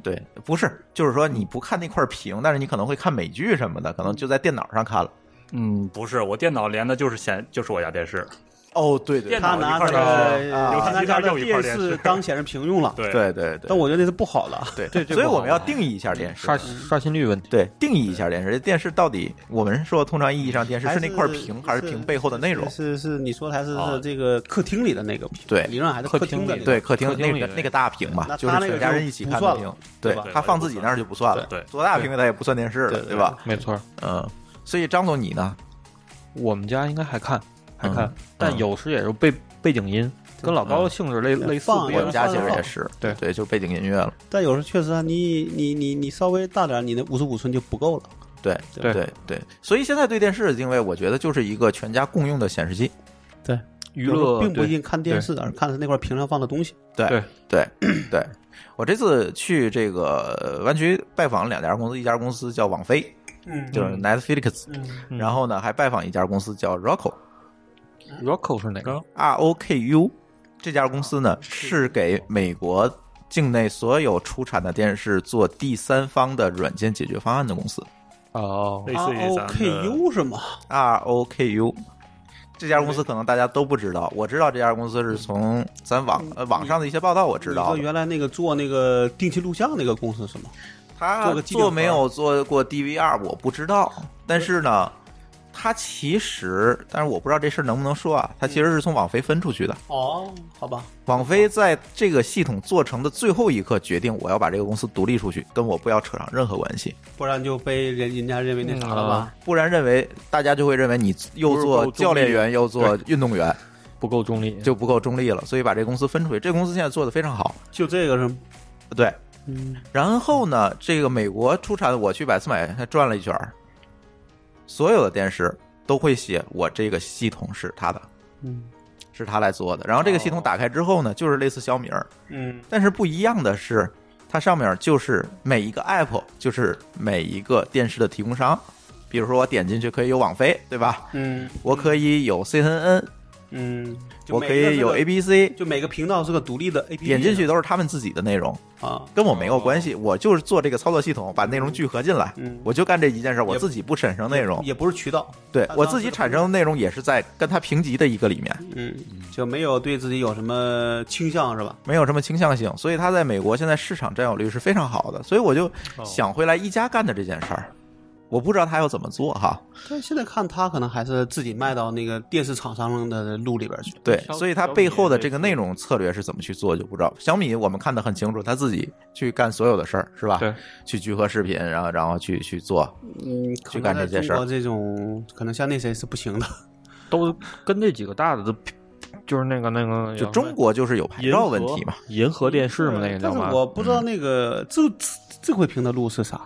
对，不是，就是说你不看那块屏，但是你可能会看美剧什么的，可能就在电脑上看了。嗯，不是，我电脑连的就是显，就是我家电视。哦，对对对电他脑拿那一块儿个啊他拿他的游戏机电上就有一块电视视当显示屏用了，对，对对对，但我觉得那是不好了。对这这所以不好我们要定义一下电视刷。刷新率问题。对，定义一下电视。电视到底，我们说通常意义上电视还是那块屏，还是屏背后的内容？是是，你说的还是啊是这个客厅里的那个屏，对理论上还是客厅的那个。对，客厅客厅那里个的那个大屏嘛，那就他是那全个家就人一起不看的算屏了。对对对他放自己那儿就不算了，对多大屏他也不算电视了，对对吧？没错儿，嗯、所以张总你呢？我们家应该还看，还看，嗯但有时也是背背景音，跟老高的性质类、嗯类似。放不一也我们能样家放其得实放也是，对对，就背景音乐了，但有时候确实啊，你你你你稍微大点儿，你那五十五寸就不够了。对对对对。所以现在对电视的定位，我觉得就是一个全家共用的显示器。娱有时候乐并不一对定看电视，而是看的是那块屏上放的东西。对对对对，我这次去这个呃湾区拜访两家公司，一家公司叫网飞，嗯就是 Netflix，、嗯然后呢还拜访一家公司叫 Roku。 Rocco 是哪个？ R O K U 这家公司呢，是给美国境内所有出产的电视做第三方的软件解决方案的公司。哦啊类似于 R O 咱们 K 的 U 是吗？ R O K U 这家公司可能大家都不知道，我知道这家公司是从咱网呃网上的一些报道我知你道说的。原来那个做那个定期录像那个公司是吗？他做个机顶盒嗯做没有做过 DVR 我不知道，但是呢，他其实，但是我不知道这事儿能不能说啊，他其实是从网飞分出去的。哦，好吧，网飞在这个系统做成的最后一刻决定，我要把这个公司独立出去，跟我不要扯上任何关系，不然就被人人家认为那嗯啥了嗯吧？不然认为大家就会认为你又做教练员又做运动员不够中立，就不够中立了，所以把这公司分出去。这公司现在做的非常好，就这个是，对。嗯，然后呢，这个美国出产，我去百思买还转了一圈儿，所有的电视都会写我这个系统是他的，嗯，是他来做的。然后这个系统打开之后呢，就是类似小米儿，嗯，但是不一样的是，它上面就是每一个 app，就是每一个电视的提供商。比如说我点进去可以有网飞，对吧？嗯，我可以有 CNN，嗯，就我每可个以是有个 ABC，就每个频道是个独立的 A P P，点进去都是他们自己的内容，啊，跟我没有关系。我就是做这个操作系统，把内容聚合进来，嗯我就干这一件事，我也自己不产生内容。也不是渠道，对它我当自时己的产生的内容也是在跟它评级的一个里面，嗯，就没有对自己有什么倾向是吧？没有什么倾向性，所以它在美国现在市场占有率是非常好的。所以我就哦想回来一加干的这件事儿，我不知道他要怎么做哈。但现在看他可能还是自己卖到那个电视厂商的路里边去。对，小所以它小米背后的也这个是内容策略是怎么去做就不知道。小米我们看得很清楚，他自己去干所有的事儿是吧？对，去聚合视频，然后然后去去做，嗯，可去能干在这件中事儿国这种可能像那谁是不行的。都跟这几个大的都，就是那个那个就中国就是有牌银照河问题嘛。，银河电视 嘛，那个但叫是嘛，我不知道那嗯个这这这回评的路是啥。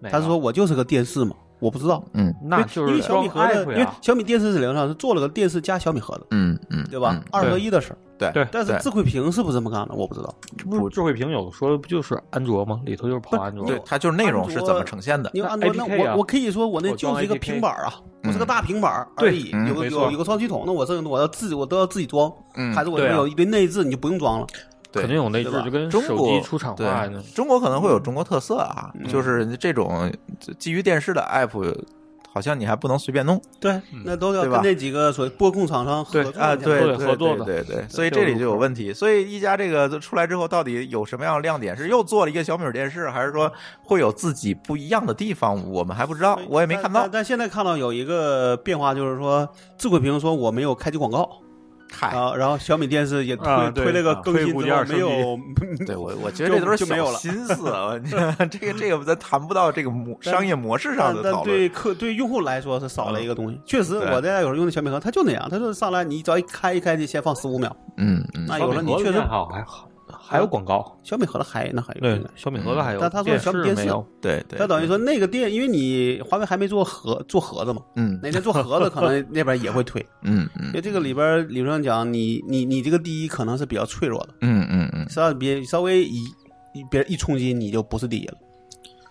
哪个他说我就是个电视嘛，我不知道。嗯那就是因为小米盒装的， iPhone 因为呀小米电视是零上是做了个电视加小米盒子，嗯嗯，对吧嗯？二合一的事儿。对对但是智慧屏是不是这么干的？我不知道。这不是智慧屏有说不就是安卓吗？里头就是跑安卓，对，它就是内容是怎么呈现的。因为那安卓那 APK 啊我我可以说我那我就是一个装 APK 平板儿啊，嗯我是个大平板儿而已，嗯有个没有错有个双系统，那我这个我要自己我都要自己装，嗯还是我对啊有一堆内置你就不用装了。对肯定有内置对吧，就跟中手国机出厂化嗯呢对，中国可能会有中国特色啊，嗯就是这种基于电视的 app，好像你还不能随便弄对，嗯那都要对吧跟那几个所谓播控厂商合对作啊，一下嘛对都得合对作的对对对，所以这里就有问题。所以一加这个出来之后，到底有什么样的亮点？是又做了一个小米电视，还是说会有自己不一样的地方？我们还不知道所以，我也没看但到但。但现在看到有一个变化，就是说智慧屏说我没有开机广告，嗨，啊，然后小米电视也推、啊对推了个啊更推新五之 G 后二没有， 对我我觉得这都是就就没小有了心思啊，你看这个这个咱谈不到这个模商业模式上但的但讨论。嗯对客对用户来说是少了一个东西。确实，对我在有时候用的小米盒，它就那样，它就是上来你只要一开一开就先放十五秒，嗯嗯，那有了你确实好还好，还有广告，小米盒的还那还有对应该，小米盒子还有，但他说小米电视没有，对对，它等于说那个店，因为你华为还没做盒做盒子嘛，嗯哪天做盒子可 能那边也会推，嗯因嗯为这个里边理论上讲，你你你这个第一可能是比较脆弱的，嗯嗯嗯，稍微别稍微一一别人一冲击你就不是第一了。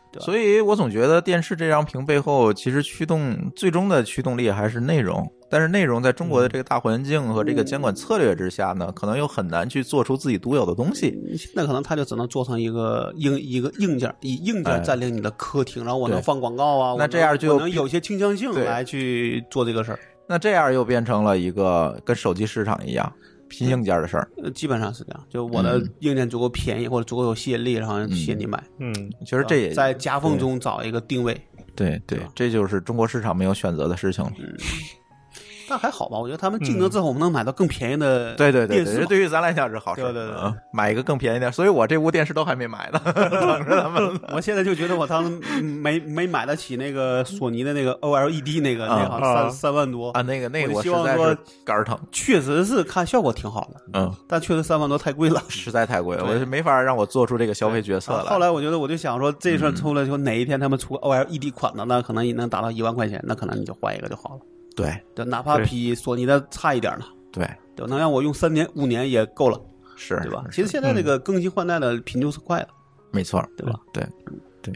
对吧所以我总觉得电视这张屏背后，其实驱动最终的驱动力还是内容。但是内容在中国的这个大环境和这个监管策略之下嗯呢，可能又很难去做出自己独有的东西。现在可能它就只能做成一个硬一个硬件，以硬件占领你的客厅，然后我能哎对放广告啊，我那能这样就我能有一些倾向性对来去做这个事儿，那这样又变成了一个跟手机市场一样拼硬件的事儿。呃基本上是这样。就我嗯的硬件足够便宜或者足够有吸引力，然后吸引你买。啊嗯，其实这也在夹缝中找一个定位，对对，这就是中国市场没有选择的事情了。但还好吧？我觉得他们竞争之后，我们能买到更便宜的嗯对对对对，电视这嘛。对于咱来讲是好事。对对对对嗯，买一个更便宜点。所以我这屋电视都还没买呢， 等着他们。我现在就觉得我当时嗯没没买得起那个索尼的那个 OLED 那个，啊那好像啊三三万多啊，，那个那个，我我希实望在说是肝儿疼。确实是看效果挺好的，嗯，但确实三万多太贵了。实在太贵了，我就没法让我做出这个消费决策啊来。后来我觉得，我就想说，这嗯事儿出来之后，哪一天他们出哦 OLED 款的，那可能也能达到一万块钱，那可能你就换一个就好了。对对，哪怕对比索尼的差一点呢，对对吧，能让我用三年、五年也够了，是，嗯对吧？其实现在这个更新换代的频度是快的，没错，对吧？对对，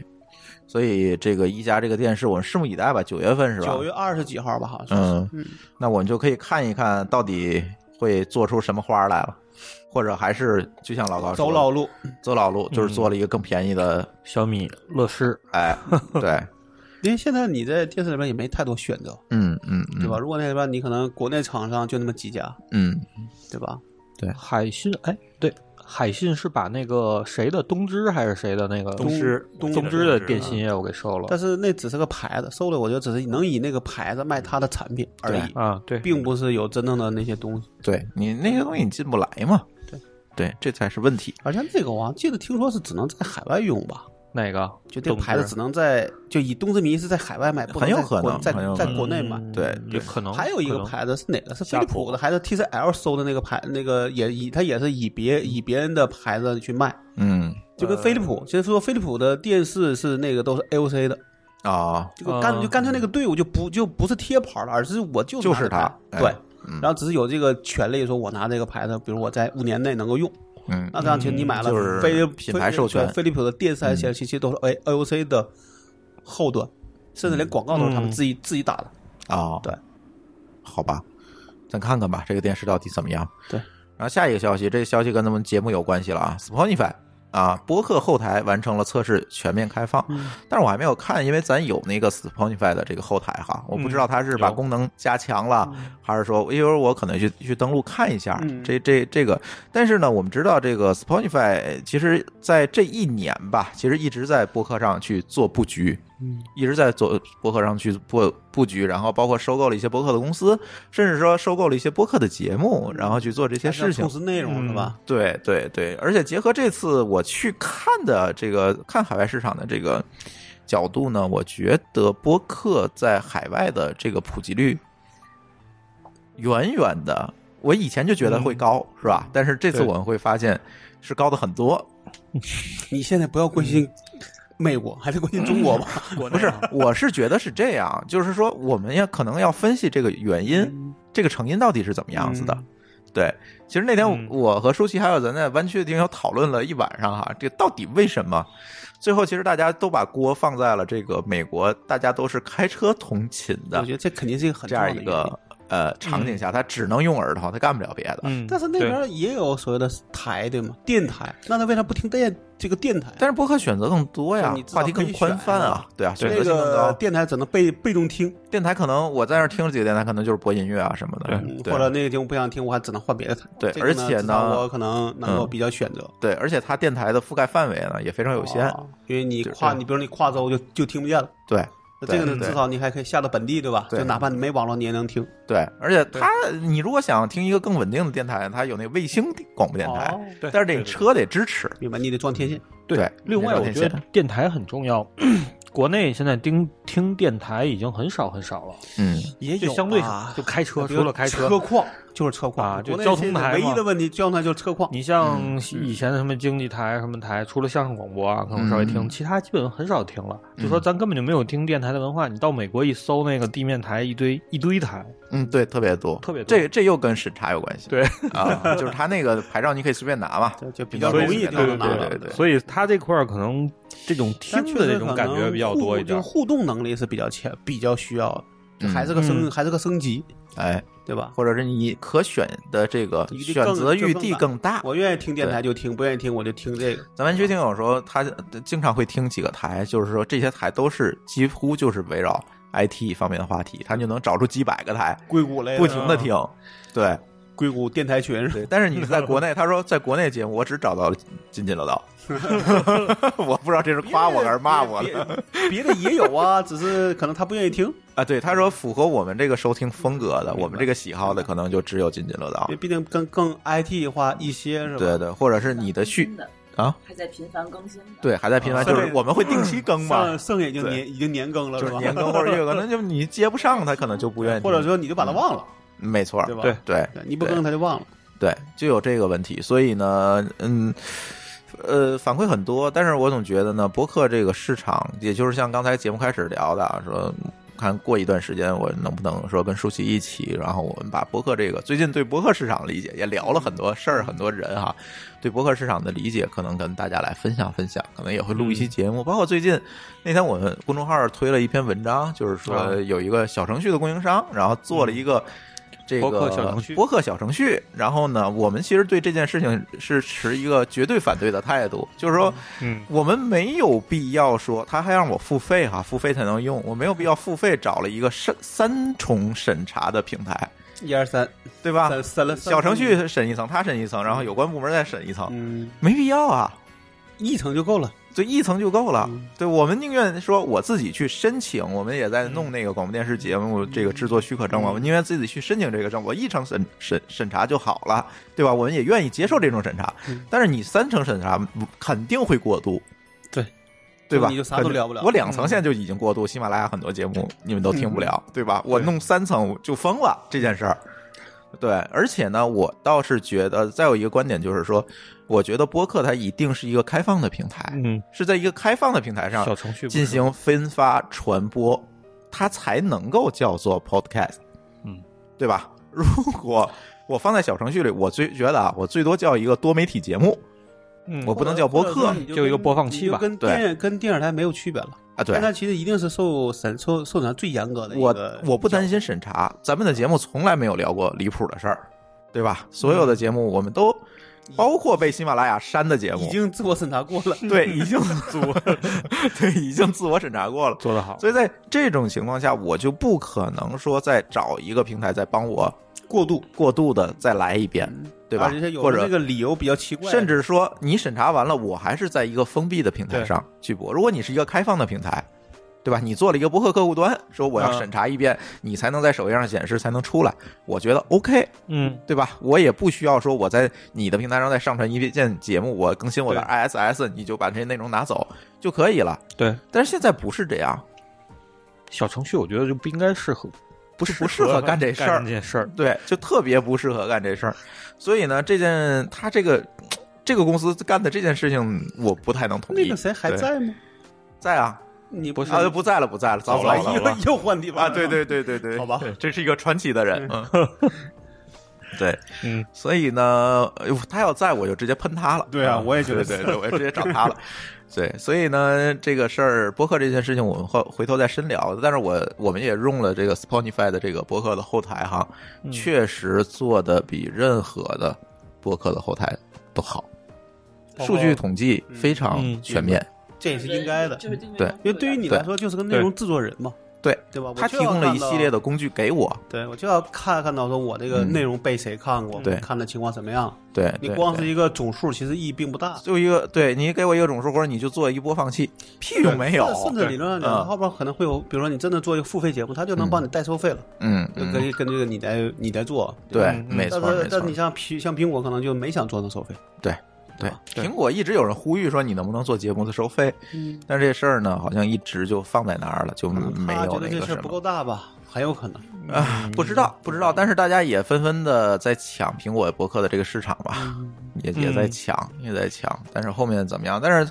所以这个一加这个电视，我们拭目以待吧。九月份是吧？九月二十几号吧，好像是。嗯，那我们就可以看一看到底会做出什么花来了，或者还是就像老高说走的老路，嗯 走老路，就是做了一个更便宜的，小米乐视哎，对。因为现在你在电视里面也没太多选择，嗯嗯，嗯对吧？？如果那里边你可能国内厂商就那么几家，嗯，对吧？海信，哎，对，海信是把那个谁的东芝还是谁的那个东芝东东芝芝的电信业务给收了但是那只是个牌子，收了我觉得只是能以那个牌子卖它的产品而已，啊？对，并不是有真正的那些东西。对你那些东西你进不来嘛，对对，这才是问题。而且那个我好像记得听说是只能在海外用吧，哪个就这个牌子只能在就以东芝迷是在海外买，不很有在国可能在很有在可能国内买。嗯对也可能还有一可个能牌子是哪个？是飞利浦的还是 TCL 收的那个牌？那个也以它也是以别以别人的牌子去卖，嗯就跟飞利浦。其实说飞利浦的电视是那个都是 AOC 的，啊，这个干啊就干脆那个队伍就不就不是贴牌了，而是我就就拿是着它牌哎对。嗯然后只是有这个权利，说我拿这个牌子，比如我在五年内能够用，嗯那这样其实你买就了是飞利品牌授权嗯对飞利浦的电视还是显示器，其实都是 A A O C 的后端，甚嗯至连广告都是他们自己自己打的。哦，对，好吧，咱看看吧，这个电视到底怎么样？对，然后下一个消息，这个消息跟咱们节目有关系了啊，Spotify。啊，播客后台完成了测试，全面开放，但是我还没有看，因为咱有那个 Spotify 的这个后台哈，我不知道它嗯是把有功能加强啊了，还是说，一会儿我可能去去登录看一下嗯这这这个。但是呢，我们知道这个 Spotify 其实在这一年吧，其实一直在播客上去做布局，一直在做博客上去布布局，然后包括收购了一些博客的公司，甚至说收购了一些博客的节目，然后去做这些还是要事情充。实内容是吧？对对对，而且结合这次我去看的这个看海外市场的这个角度呢，我觉得播客在海外的这个普及率远远的，我以前就觉得会高，是吧？但是这次对我们会发现是高的很多，你现在不要关心嗯美国，还是关心中国吧？不啊是，我是觉得是这样，就是说我们也可能要分析这个原因，这个成因到底是怎么样子的。对，其实那天我嗯我和舒淇还有咱在湾区的听友讨论了一晚上哈，这到底为什么？最后其实大家都把锅放在了这个美国，大家都是开车通勤我的觉得这肯定是一个嗯很嗯这重要样一的原因个呃场景下，他只能用耳朵，他干不了别的。嗯，但是那对边也有所谓的台对吗？电台，那他为啥不听电这个电台？但是播客选择更多呀就你，至少话题更宽泛啊，对啊，选择那性更个高。电台只能被被动听，电台可能我在那儿听了几个电台，可能就是播音乐啊什么的，嗯对或者那个节目不想听，我还只能换别的台。对这个而且呢嗯至少我可能能够比较选择。对，而且它电台的覆盖范围呢也非常有限。哦因为你跨，你比如你跨州就就听不见了。对那对这个呢，对至少你还可以下到本地，对吧？对就哪怕你没网络，你也能听。对，而且它你如果想听一个更稳定的电台，它有那卫星广播电台，哦对但是得对对车得支持。明白？你得装天线。对另外，我你觉得聊得天电台很重要。 国内现在听听电台已经很少很少了，嗯，也就相对少就开车，比除如了开车车，况就是车况啊就国内交通现在台唯嘛一的问题，交通台就是车况。你像以前的什么经济台、什么台，除了相声广播啊，可能稍微听，嗯其他基本很少听了。就说咱根本就没有听电台的文化。你到美国一搜那个地面台，一堆一堆台，嗯，对，特别多，特别多这这又跟审查有关系。对啊， 就是它那个牌照你可以随便拿嘛，就就比较所以容易对就对能拿对到对。对所以他这块儿可能这种听但确的实这种可感觉能比较互多一就点是。互动能力是比较强，比较需要的，就还是个嗯升，还是个升级，哎，对吧？或者是你可选的这个余地选更择就余更地大更大。我愿意听电台就听，不愿意听我就听这个。咱们区听友说，他经常会听几个台，就是说这些台都是几乎就是围绕 IT 方面的话题，他就能找出几百个台，硅谷类不停的听。对硅谷电台群是吧对，但是你在国内，他说在国内节目，我只找到了津津乐 道，我不知道这是夸我还是骂我了别别的也 有啊，只是可能他不愿意听，啊。对，他说符合我们这个收听风格的，我们这个喜好的，可能就只有津津乐道因为。毕竟更更 IT 化一些是吧？啊对对，或者是你的续新的啊，还在频繁更新的。对，还在频啊繁，就是我们会定期更嘛上，剩下已经对年已经年更了就是吧？年更或者月更，那就你接不上，他可能就不愿意听，或者说你就把它忘了，没错儿，对吧？对对对，你不更他就忘了。对，就有这个问题，所以呢，嗯，呃，反馈很多，但是我总觉得呢，博客这个市场，也就是像刚才节目开始聊的啊，说看过一段时间我能不能说跟舒淇一起，然后我们把博客这个最近对博客市场理解也聊了很多事儿，很多人哈，对博客市场的理解，可能跟大家来分享分享，可能也会录一期节目。包括最近那天我们公众号推了一篇文章，就是说啊有一个小程序的供应商，然后做了一个。这个博客小程序博客小程序。然后呢，我们其实对这件事情是持一个绝对反对的态度，就是说，嗯我们没有必要说他还让我付费哈、付费才能用，我没有必要付费找了一个三三重审查的平台，一二三，对吧？三三了，小程序审一层，他审一层，然后有关部门再审一层，嗯，没必要啊。一层就够了。就一层就够了嗯。对我们宁愿说我自己去申请，我们也在嗯弄那个广播电视节目这个制作许可证嘛，我宁愿自己去申请这个证，我一层审审审查就好了，对吧？我们也愿意接受这种审查嗯，但是你三层审查肯定会过度，对。对吧？就你就啥都聊不了嗯我两层现在就已经过度，喜马拉雅很多节目你们都听不了，对吧？我弄三层我就疯了这件事儿。对，而且呢，我倒是觉得，再有一个观点就是说，我觉得播客它一定是一个开放的平台，嗯，是在一个开放的平台上小程序不是进行分发传播，它才能够叫做 podcast，嗯，对吧？如果我放在小程序里，我最觉得啊，我最多叫一个多媒体节目嗯我不能叫播客或者说你就一个跟播放器你就吧跟对电跟电视台没有区别了。啊，对但，它其实一定是受审受受审查最严格的一我个。我不担心审查，咱们的节目从来没有聊过离谱的事儿，对吧？所有的节目我们都，包括被喜马拉雅删的节已目，经自我审查过了。对，已经自我， 对，已经自我审查过了。做得好，所以在这种情况下，我就不可能说再找一个平台再帮我过渡过渡的再来一遍，对吧嗯而且？有或的者啊这个理由比较奇怪，甚至说你审查完了，我还是在一个封闭的平台上去播。如果你是一个开放的平台，对吧？你做了一个博客客户端，说我要嗯审查一遍，你才能在首页上显示，才能出来。我觉得 OK，嗯对吧？我也不需要说我在你的平台上再上传一件节目，我更新我的对 ISS，你就把这些内容拿走就可以了。对，但是现在不是这样，小程序我觉得就不应该适合，不是不适合干这事儿干，这事儿，对，就特别不适合干这事儿。所以呢，这件他这个这个公司干的这件事情，我不太能同意。那个谁还对在吗？在啊？你不是啊，不在了，不在了，早走了走走了了 又 又换地方啊！对对对对对，好吧对，这是一个传奇的人。嗯 对，嗯，所以呢，哎呦他要在我就直接喷他了。嗯对啊我也觉 得对对是 对，我就直接找他了。对，所以呢，这个事儿播客这件事情，我们会回头再深聊。但是我我们也用了这个 Spotify 的这个播客的后台哈，嗯确实做的比任何的播客的后台都好，包括数据统计嗯非常全面。这也是应该的，就是订阅对方式因为对于你来说就是个内容制作人嘛，对，对吧？我他就提要供了看一到系列，的工具给我。对我就要看看到说我这个内容被谁看过，对看的情况怎么样。对，你对光对是一个总数，其实意义并不大，就一个，对你给我一个总数，或者你就做一播放器，屁用没有。甚至理论上讲，嗯后边可能会有，比如说你真的做一个付费节目，他就能帮你代收费了，嗯，就嗯可以跟这个你来你来做。对吧，没错但是没错但。你像苹像苹果可能就没想做成收费，对，苹果一直有人呼吁说你能不能做节目的收费，嗯，但是这事儿呢，好像一直就放在那儿了，就可能嗯没嗯他有觉得那这个事儿什不么够嗯大吧，很有可能。啊，不知道不知道。但是大家也纷纷的在抢苹果博客的这个市场吧，嗯 也也在抢，也在抢。但是后面怎么样？但是。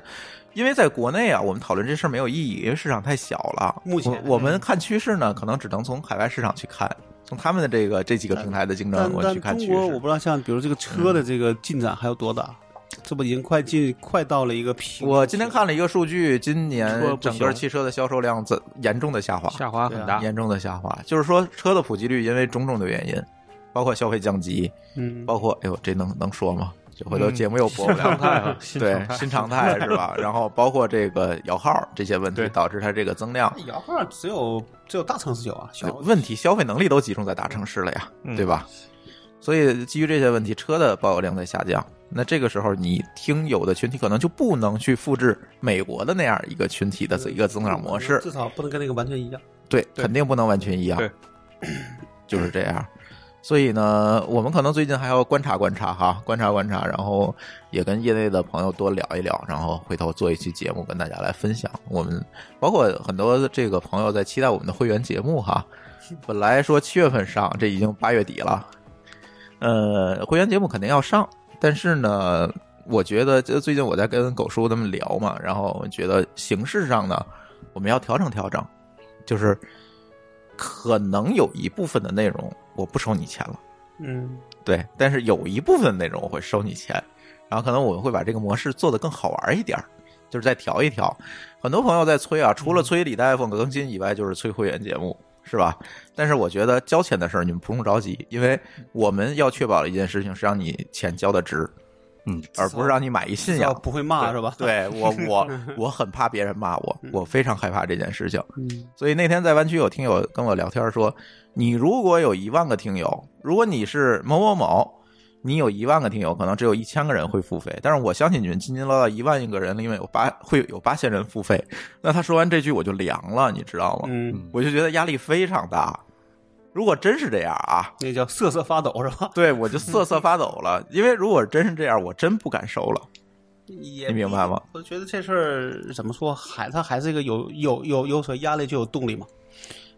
因为在国内啊，我们讨论这事儿没有意义，因为市场太小了。目前我我们看趋势呢，可能只能从海外市场去看，从他们的这个这几个平台的竞争，但我但去看趋中势。嗯国我不知道，像比如这个车的这个进展还有多大，这不已经快进快到了一个平。我今天看了一个数据，今车年不整个汽车的销售量在严重的下滑，下滑很大，严重的下滑，就是说车的普及率因为种种的原因，包括消费降级，嗯，包括哎呦这能能说吗？这回头嗯节目又播不了常态啊，新对常态新常态是吧？然后包括这个摇号这些问题对导致它这个增量摇号只有只有大城市有啊，小问题，消费能力都集中在大城市了呀，嗯对吧？所以基于这些问题，车的保有量在下降。那这个时候，你听友的群体可能就不能去复制美国的那样一个群体的嗯一个增长模式，至少不能跟那个完全一样。嗯对，肯定不能完全一样对， 就是这样。所以呢，我们可能最近还要观察观察哈，观察观察，然后也跟业内的朋友多聊一聊，然后回头做一期节目跟大家来分享。我们包括很多这个朋友在期待我们的会员节目哈，本来说七月份上，这已经八月底了，呃，会员节目肯定要上，但是呢，我觉得这最近我在跟狗叔他们聊嘛，然后我觉得形式上呢，我们要调整调整，就是可能有一部分的内容我不收你钱了，嗯，对，但是有一部分内容我会收你钱，然后可能我们会把这个模式做得更好玩一点儿，就是再调一调。很多朋友在催啊，除了催李大夫更新以外，就是催会员节目。是吧？但是我觉得交钱的事儿你们不用着急，因为我们要确保的一件事情是让你钱交的值，嗯，而不是让你买一信要仰。不会骂是吧？对我，我我很怕别人骂我，我非常害怕这件事情。嗯，所以那天在湾区有听友跟我聊天说，你如果有一万个听友，如果你是某某某，你有一万个听友，可能只有一千个人会付费，但是我相信你们津津乐道一万个人里面有八会有八千人付费。那他说完这句我就凉了，你知道吗？嗯，我就觉得压力非常大。如果真是这样啊，那叫瑟瑟发抖是吧？对我就瑟瑟发抖了，因为如果真是这样，我真不敢收了，也你明白吗？我觉得这事儿怎么说，还他还是一个有有有有所压力就有动力嘛。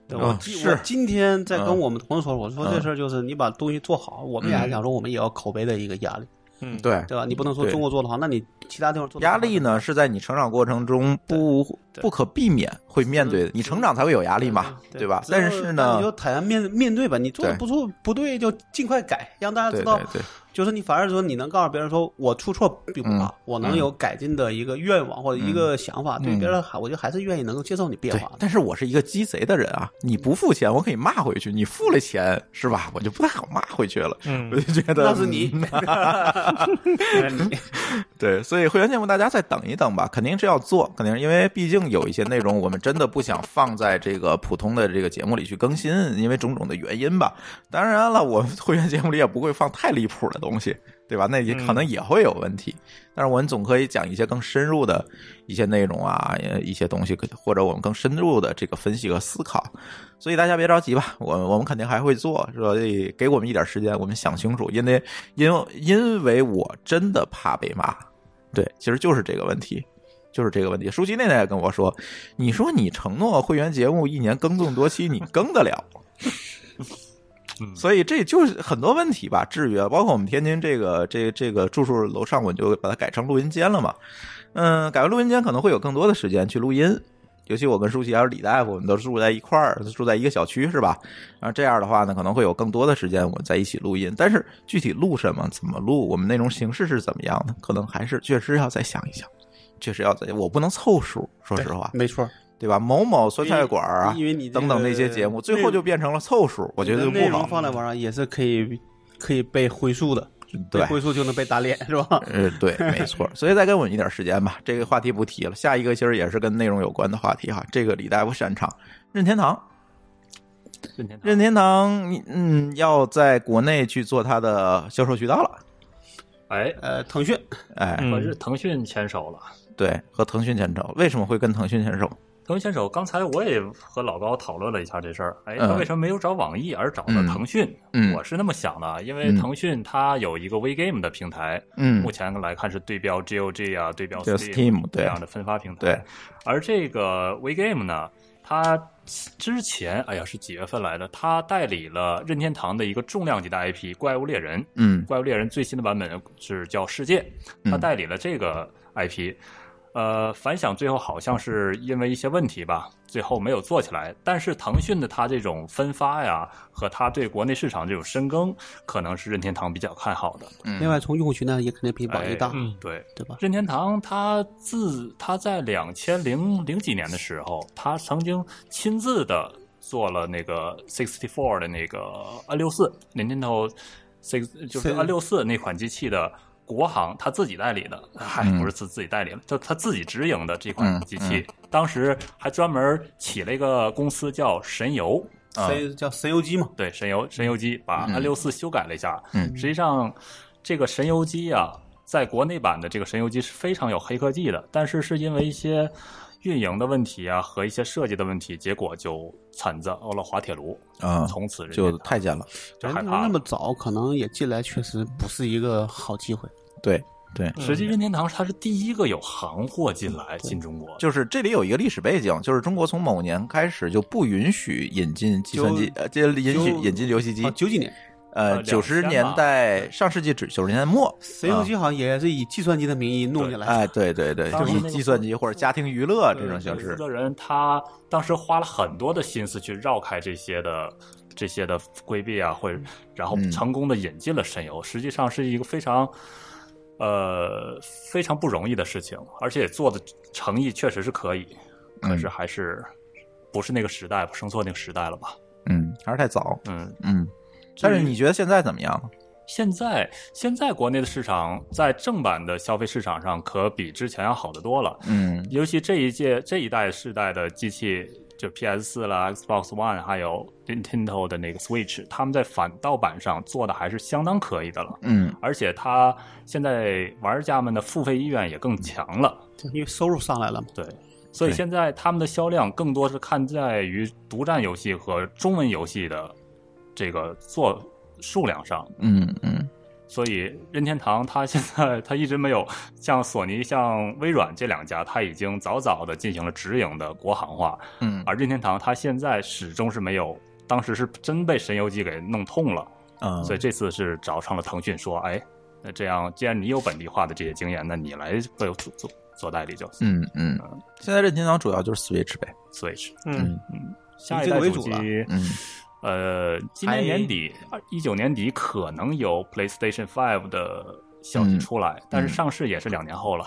对，我嗯今、是我今天在嗯跟我们同事说，我说这事儿就是你把东西做好，我们也嗯想说我们也要口碑的一个压力，嗯，对。对吧？你不能说对中国做的好，那你其他地方做得压好力？呢是在你成长过程中不对不可避免会面对的，你成长才会有压力嘛，对吧？只有但是那呢你就，坦然面面对吧。你做的对不错不对，就尽快改，让大家对知道对，对，就是你反而说你能告诉别人说我出错并不嗯大，我能有改进的一个愿望或者一个想法，对别人还我就还是愿意能够接受你变对化的。但是我是一个鸡贼的人啊，你不付钱我可以骂回去，你付了钱是吧？我就不太好骂回去了，我嗯，就觉得那是你， 那是你对，所以会员节目大家再等一等吧，肯定是要做，肯定是因为毕竟有一些内容我们真的不想放在这个普通的这个节目里去更新，因为种种的原因吧。当然了，我们会员节目里也不会放太离谱的东西，对吧？那也可能也会有问题，但是我们总可以讲一些更深入的一些内容啊，呃一些东西，或者我们更深入的这个分析和思考。所以大家别着急吧，我我们肯定还会做，所以给我们一点时间，我们想清楚，因为因因为我真的怕被骂，对，其实就是这个问题，就是这个问题。舒淇那天也跟我说，你说你承诺会员节目一年更这么多期，你更得了？嗯所以这就是很多问题吧，制约，包括我们天津这个这这个住处楼上，我就把它改成录音间了嘛。嗯，改为录音间可能会有更多的时间去录音，尤其我跟舒淇还有李大夫，我们都住在一块儿，住在一个小区是吧？然后这样的话呢，可能会有更多的时间我们在一起录音。但是具体录什么、怎么录，我们内容形式是怎么样的，可能还是确实要再想一想，确实要再，我不能凑数，说实话，没错。对吧？某某酸菜馆儿啊因为因为你这个等等那些节目，最后就变成了凑数，我觉得就内不容好。放在网上也是可以可以被灰速的，被嗯对，灰速就能被打脸是吧？ 呃，对，没错。所以再给我们一点时间吧，这个话题不提了。下一个其实也是跟内容有关的话题哈，这个李大夫擅长。任天堂，任天堂任天堂，你嗯，要在国内去做它的销售渠道了。哎，呃，腾讯嗯哎，我是腾讯牵手了。对，和腾讯牵手，为什么会跟腾讯牵手？腾讯牵手，刚才我也和老高讨论了一下这事儿。哎，嗯他为什么没有找网易，而找了腾讯？嗯我是那么想的，因为嗯腾讯它有一个 V Game 的平台，嗯目，前来看是对标 GOG 啊，对标就是 Steam，对这样的分发平台。对，而这个 V Game 呢，它之前哎呀是几月份来的？它代理了任天堂的一个重量级的 IP《怪物猎人》。嗯《怪物猎人》最新的版本是叫《世界》，它嗯代理了这个 IP。呃，反响最后好像是因为一些问题吧，最后没有做起来。但是腾讯的它这种分发呀，和它对国内市场这种深耕，可能是任天堂比较看好的。嗯，另外从用户群呢也肯定比网易大哎，嗯对，对吧？任天堂它自它在两千零零几年的时候，它曾经亲自的做了那个 sixty four 的那个 N 六四 Nintendo six 就是是 N 六四那款机器的。国行他自己代理的，嗨，嗯不是自自己代理了，就他自己直营的这款嗯机器，当时还专门起了一个公司叫神游，啊谁叫神游机嘛？对神游神游机把嗯 N 六四修改了一下，嗯实际上这个神游机啊，在国内版的这个神游机是非常有黑科技的，但是是因为一些运营的问题啊和一些设计的问题，结果就惨遭了滑铁卢，啊，从此人就家太监了。就任害天怕堂那了。么早可能也进来，确实不是一个好机会。对对，实际任天堂它是第一个有行货进嗯来进中国的，就是这里有一个历史背景，就是中国从某年开始就不允许引进计算机，就呃，这允许就引进游戏机啊，，九几年呃，哦呃九十2000年吧代上世纪九九十年代末，神游机好像也是以计算机的名义弄进来的。哎，对对对，当时以那个计算机或者家庭娱乐这种形负式，责人他当时花了很多的心思去绕开这些的这些的规避啊，或者然后嗯成功的引进了神游，实际上是一个非常呃非常嗯不容易的事情，而且做的诚意确实是可以，可是还是不是那个时代吧，生错那个时代了吧？嗯，还是太早，嗯，嗯。但是你觉得现在怎么样？现在现在国内的市场在正版的消费市场上可比之前要好得多了，嗯尤其这一届这一代世代的机器，就 PS 四啦、Xbox One 还有 Nintendo 的那个 Switch，他们在反盗版上做的还是相当可以的了。嗯而且它现在玩家们的付费意愿也更强了，因为收入上来了嘛。对，所以对现在他们的销量更多是看在于独占游戏和中文游戏的这个做数量上，嗯嗯所以任天堂它现在 它一直没有像索尼、像微软这两家，它已经早早的进行了直营的国行化，嗯而任天堂它现在始终是没有，当时是真被神游机给弄痛了，啊所以这次是找上了腾讯说，哎，那这样既然你有本地化的这些经验，那你来做做做做代理就行。嗯嗯。现在任天堂主要就是 Switch 呗。 Switch，嗯嗯，下一以这代个为主主机了，嗯呃，今年年底，一九年底可能有 PlayStation Five 的消息嗯出来，但是上市也是两年后了。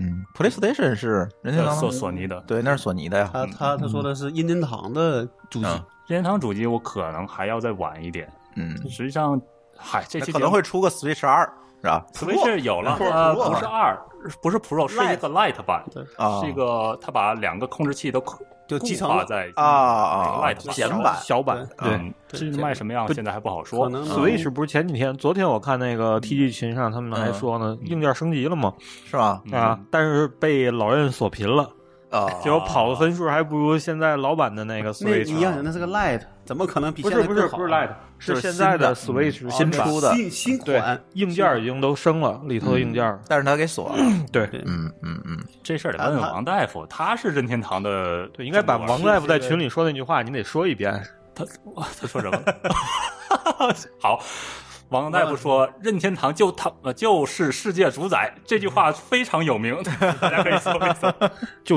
嗯，PlayStation 是任天呃堂索索尼的对，那是索尼的呀。他他他说的是任天堂的主机，嗯任天堂主机我可能还要再晚一点，嗯，实际上，嗨，这那期可能会出个 Switch 二，是吧 Switch 有了， Pro 呃， Pro 不是二，不是 Pro，是一个 Lite 版，啊是一个它把两个控制器都固就集成固化了在啊啊， Lite 版简上版小版对。嗯，至于卖什么样现在还不好说可。能嗯嗯 Switch 不是前几天，昨天我看那个 TG 群上他们还说呢，硬件升级了嘛是吧？嗯啊，但是被老任锁屏了，啊， 结果跑的分数还不如现在老版的那个那 Switch 一样，那是个 Lite，怎么可能比不现是在不更是好啊不是 Lite，就是是现在的新嗯 Switch 新版出的新新对款硬件已经都升了，里头的硬件但是他给锁了。 对嗯嗯嗯，这事儿得问问王大夫，他是任天堂的，对，应该把王大夫在群里里说那句话，你得说一遍。他哇他说什么？好。王大夫说：“任天堂就他呃就是世界主宰。”这句话非常有名，大家可以搜一搜。就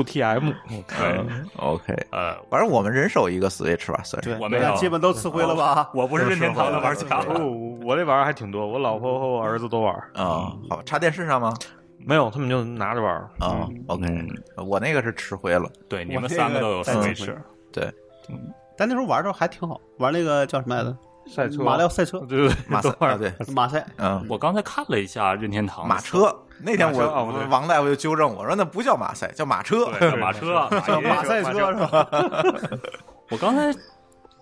TM，对，嗯 OK，呃，反正我们人手一个 Switch 吧，算是。对，我没有哦那基本都吃灰了吧？我不是任天堂的玩家。哦，我这玩意儿还挺多，我老婆和我儿子都玩儿，啊，好吧，插电视上吗？没有他们就拿着玩儿。啊，OK，我那个是吃灰了。对，你们三个都有我这个 Switch，对，但那时候玩的还挺好，玩那个叫什么来着？赛车马里奥赛车对，对对，马都赛玩啊，儿。对，马赛。嗯，我刚才看了一下任天堂的马车。那天我马车哦不对王大夫就纠正我说，那不叫马赛，叫马车。对马车、叫马马车赛车是吧？我刚才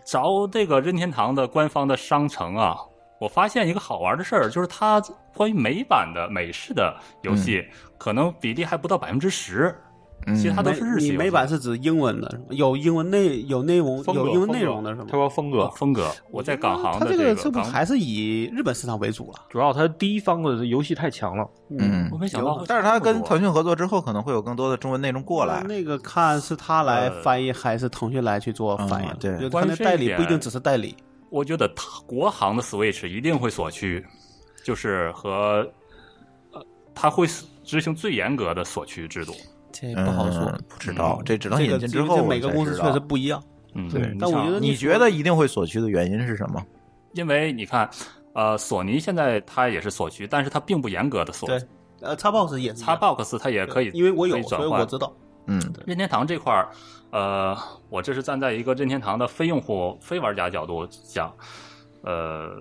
找这个任天堂的官方的商城啊，我发现一个好玩的事儿，就是它关于美版的美式的游戏，可能比例还不到百分之十，嗯其他都美是日系游戏你美版是指英文的，是吗有英文内有内容风格有英文内容的是吗哦他？说风格，风格。我在港行它的这个个不港，还是以日本市场为主了？主要他第一方的游戏太强了。嗯我，没想到会，但是他跟腾讯讯合作之后，可能会有更多的中文内容过来。嗯那个看是他来呃翻译还是腾讯来去做翻译了嗯？对就他关于那这代一理点不一定只是代理，我觉得它国行的 Switch 一定会锁区，就是和呃，它会执行最严格的锁区制度。这嗯不好说。不知道，嗯这只能这引个进这之个后这我每们才知道。个公司确实不一样。嗯，对你但我像觉得你你觉得一定会所趋的原因是什么？因为你看，呃，索尼现在它也是锁区，但是它并不严格的锁。对，呃，Xbox 也是一样 Xbox 它也可以，因为我可有，以转所以我换知道。嗯任天堂这块儿，呃，我这是站在一个任天堂的非用户、非玩家角度讲，呃，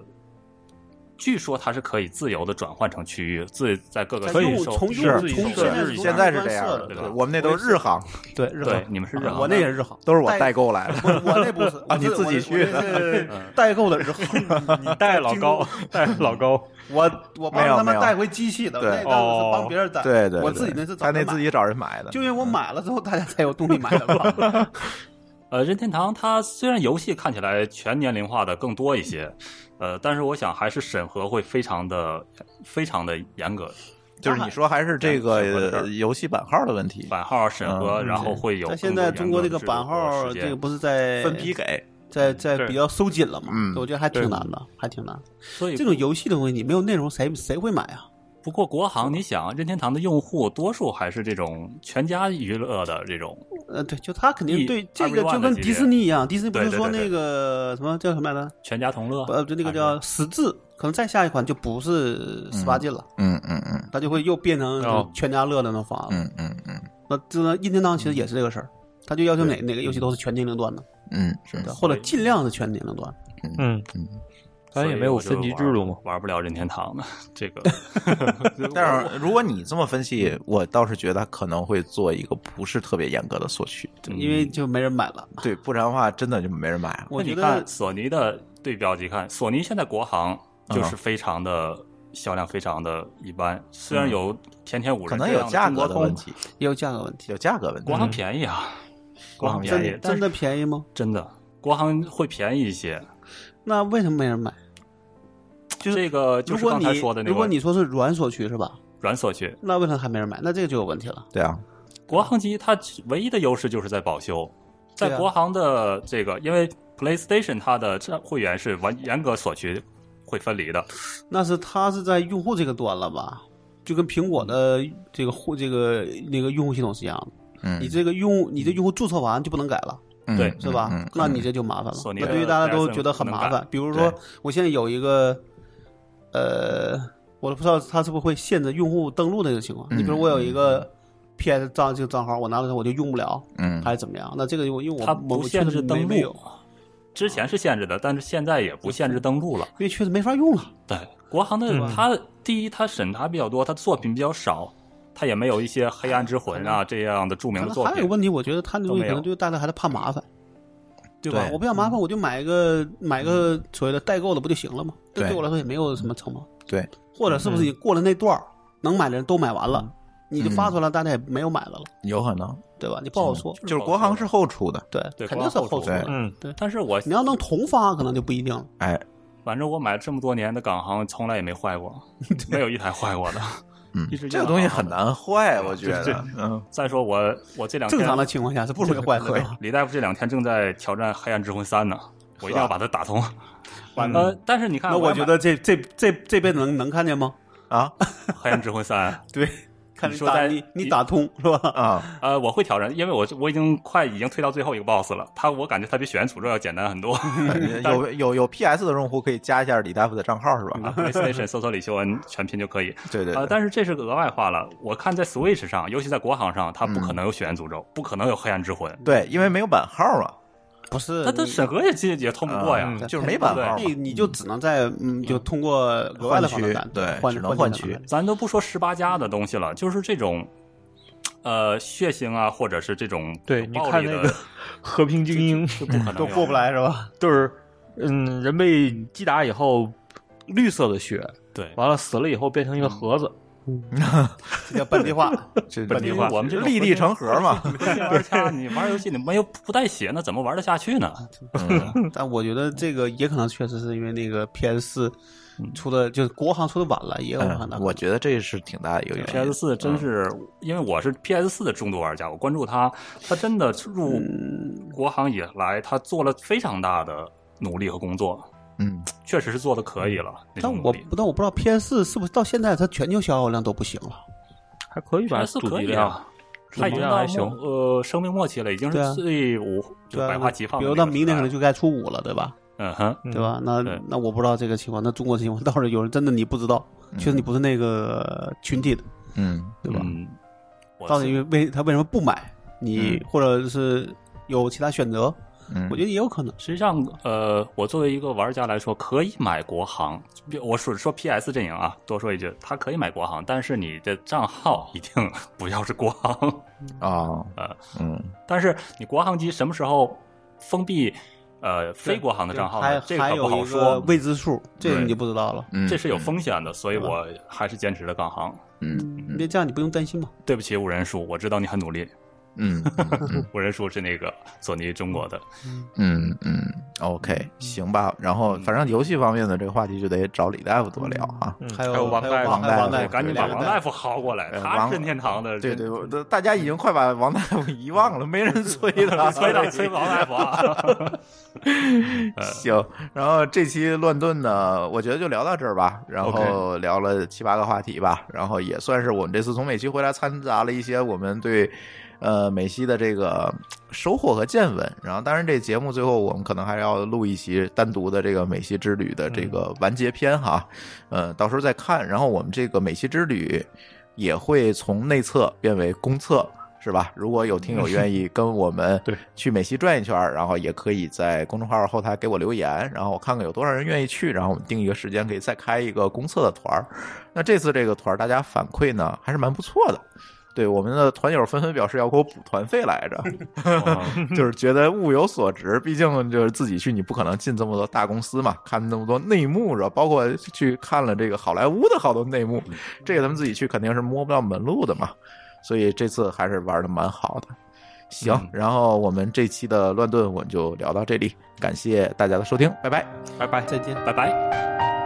据说它是可以自由的转换成区域，自在各个在可以用收从是用自己从手现在是是现在是这样的的，，对对吧我们那都是日行，对日对，航，你们是日我航那也是日航，都是我代购来的。 我我那不是 啊你自己去的 嗯的， 代购的日航，你 带老高，带老高，我我帮没有他没们有带回机器的，对那那我是哦帮别人带，对对，我对自己那是找他那人买自己找人买的，嗯就因为我买了之后，大家才有动力买的 吧？呃，任天堂它虽然游戏看起来全年龄化的更多一些，呃，但是我想还是审核会非常的、非常的严格，就是你说还是这个这样是吧呃游戏版号的问题，版号审核，嗯然后会有但更现多在严中格国的这个制度版和号，时间这个不是在分批给。在在比较收紧了嘛？嗯我觉得还挺难的，还挺难。所以这种游戏的东西，你没有内容，谁谁会买啊？不过国行，你想任天堂的用户多数还是这种全家娱乐的这种，呃，对，就他肯定一对这 everyone 个就跟的级别迪士尼一样，迪士尼不是对对说对对啊那个什么叫什么来着？全家同乐。呃，就那个叫十字，可能再下一款就不是十八禁了，嗯嗯嗯啊它就会又变成哦全家乐的那方案了。嗯嗯嗯那这任天堂其实也是这个事儿，他就要求哪哪个游戏都是全年龄段的，嗯，是对或者尽量是全年龄段。嗯嗯，咱也没有所以分我就级制度嘛。玩不了任天堂的这个，但是如果你这么分析，我倒是觉得可能会做一个不是特别严格的缩区，对因为就没人买了。对，不然的话真的就没人买了。我觉那你得看索尼的对标级看，索尼现在国行就是非常的、销量非常的一般，虽然有天天五人可能这有样的价中国格的通问，题，嗯也有价格问题，有价格问题国。行便宜啊，国行便宜，但真是的便宜吗？真的国行会便宜一些，那为什么没人买？就这个就如是果刚你才说的那如果个你说是软锁区是吧？软锁区，那为什么还没人买？那这个就有问题了。对啊，国行机它唯一的优势就是在保修，对在啊国行的这个，因为 PlayStation 它的这会员是完严格所需会分离的，那是它是在用户这个端了吧？就跟苹果的嗯这个户这个那个用户系统是一样的，嗯，你这个用户你这用户注册完就不能改了，嗯对嗯是吧？嗯那你这就麻烦了。索尼那的对于大家都觉得很 PSN 麻不能烦。比如说，我现在有一个，呃，我都不知道它是不是会限制用户登录的这个情况。嗯你比如我有一个 PS 账这个账号，我拿了它我就用不了，嗯还是怎么样？那这个因为因为我它我不我限确实制没登没有录，之前是限制的，但是现在也不限制登录了。因为确实没法用了。对，国行的对吧它第一它审查比较多，它作品比较少，它也没有一些《黑暗之魂啊》这样的著可名的能作还有一个品。问题，我觉得他那东西都没可有能就大家还是怕麻烦，对吧？对我不想麻烦，我就买一个买一个所谓的代购的不就行了吗？这对对我来说也没有什么成本。对，或者是不是你过了那段儿，能买的人都买完了，你就发出来，大家也没有买的了，有可能对吧？你不好说，就是国行是后出的，对，对肯定是光后后出出的。嗯，但是我你要能同发，可能就不一定了。哎，反正我买了这么多年的港行，从来也没 坏过，没有一台坏过的。嗯一直，这个东西很难坏，我觉对得对，嗯，再说我我这两天正常的情况下是不容易坏的。对吧李大夫这两天正在挑战《黑暗之魂三》呢，我一定要把它打通。完呃，但是你看，那我要买觉得这这这这辈子能能看见吗？啊《黑暗之魂三》对，看你说打在你你你打通是吧？啊，呃，我会挑战，因为我我已经快已经推到最后一个 BOSS 了。他我感觉他比《血缘诅咒》要简单很多。有有有 PS 的用户可以加一下李大夫的账号是吧？ PlayStation 搜索李秀恩全拼就可以。对对啊、对，但是这是个额外话了。我看在 Switch 上，尤其在国行上，它不可能有《血缘诅咒》，不可能有《黑暗之魂》，对，因为没有版号嘛，不是它的审核也进也通不过呀。嗯就是没版号那嘛，你就只能在嗯，就通过额外的方式换干区，对换只能换换区成咱都不说十八加的东西了，就是这种，呃，血腥啊，或者是这种对，有你暴看力那的个和平精英，就不可能嗯都有过不。来是吧？ 就是嗯，人被击打以后，绿色的血，对，完了死了以后变成嗯一个盒子，这叫本地化，这本地化我们这种立地成盒嘛， 玩家你玩游戏你没有不带血，那怎么玩得下去呢？ 但我觉得这个也可能确实是因为那个 PS 四出的，就是国行出的晚了，也有可嗯能。我觉得这是挺大的一个原 PS 因。四真是，因为我是 PS 四的重度玩家，我关注它，它真的入国行以来，它做了非常大的努力和工作，嗯，确实是做的可以了。那但种努我力不但我不知道 PS 四是不是到现在它全球销售量都不行了？还可以吧？ PS 主可机以量啊，它已主经机量到还行末呃，生命末期了，已经对啊是最五就对啊百花齐放比的如那个时代了。到明年可能就该出五了，对吧？嗯哼，嗯对吧？那对那我不知道这个情况，那中国的情况倒是有人真的你不知道，确实你不是那个群体的，嗯，对吧？嗯，我嗯到底为为他为什么不买你，或者是有其他选择？嗯我觉得也有可能。实际上，呃，我作为一个玩家来说，可以买国行。我说说 PS 阵营啊，多说一句，它可以买国行，但是你的账号一定不要是国行。 啊，呃嗯，但是你国行机什么时候封闭？呃，非国行的账号还呢，这还可不有好一个说，未知数，这个对你就不知道了。嗯这是有风险的，所以我还是坚持了港行。嗯那这样你不用担心嘛？对不起，五人叔，我知道你很努力。嗯嗯五人叔是那个索尼中国的，嗯嗯，OK，行吧。然后反正游戏方面的这个话题就得找李大夫多聊啊。嗯还有有王还有大王夫，还大有王夫大夫，赶紧把两个王大大夫薅过来，呃他王是任天堂的，对对，我都大家已经快把王大夫 遗忘了，没人催了，嗯 催到催王大夫啊。行，然后这期乱炖呢，我觉得就聊到这儿吧，然后聊了七八个话题吧，然后也算是我们这次从美西回来掺杂了一些我们对呃美西的这个收获和见闻。然后，当然这节目最后我们可能还要录一期单独的这个美西之旅的这个完结篇哈，呃，到时候再看。然后我们这个美西之旅也会从内测变为公测。是吧？如果有听友愿意跟我们对去美西转一圈儿，然后也可以在公众号后台给我留言，然后我看看有多少人愿意去，然后我们定一个时间，可以再开一个公测的团儿。那这次这个团儿大家反馈呢还是蛮不错的。对我们的团友纷纷表示要给我补团费来着，嗯就是觉得物有所值，毕竟就是自己去，你不可能进这么多大公司嘛，看那么多内幕是吧？包括去看了这个好莱坞的好多内幕，这个他们自己去肯定是摸不到门路的嘛，所以这次还是玩的蛮好的。行，嗯然后我们这期的乱炖我们就聊到这里，感谢大家的收听，拜拜。拜拜。再见。 拜拜。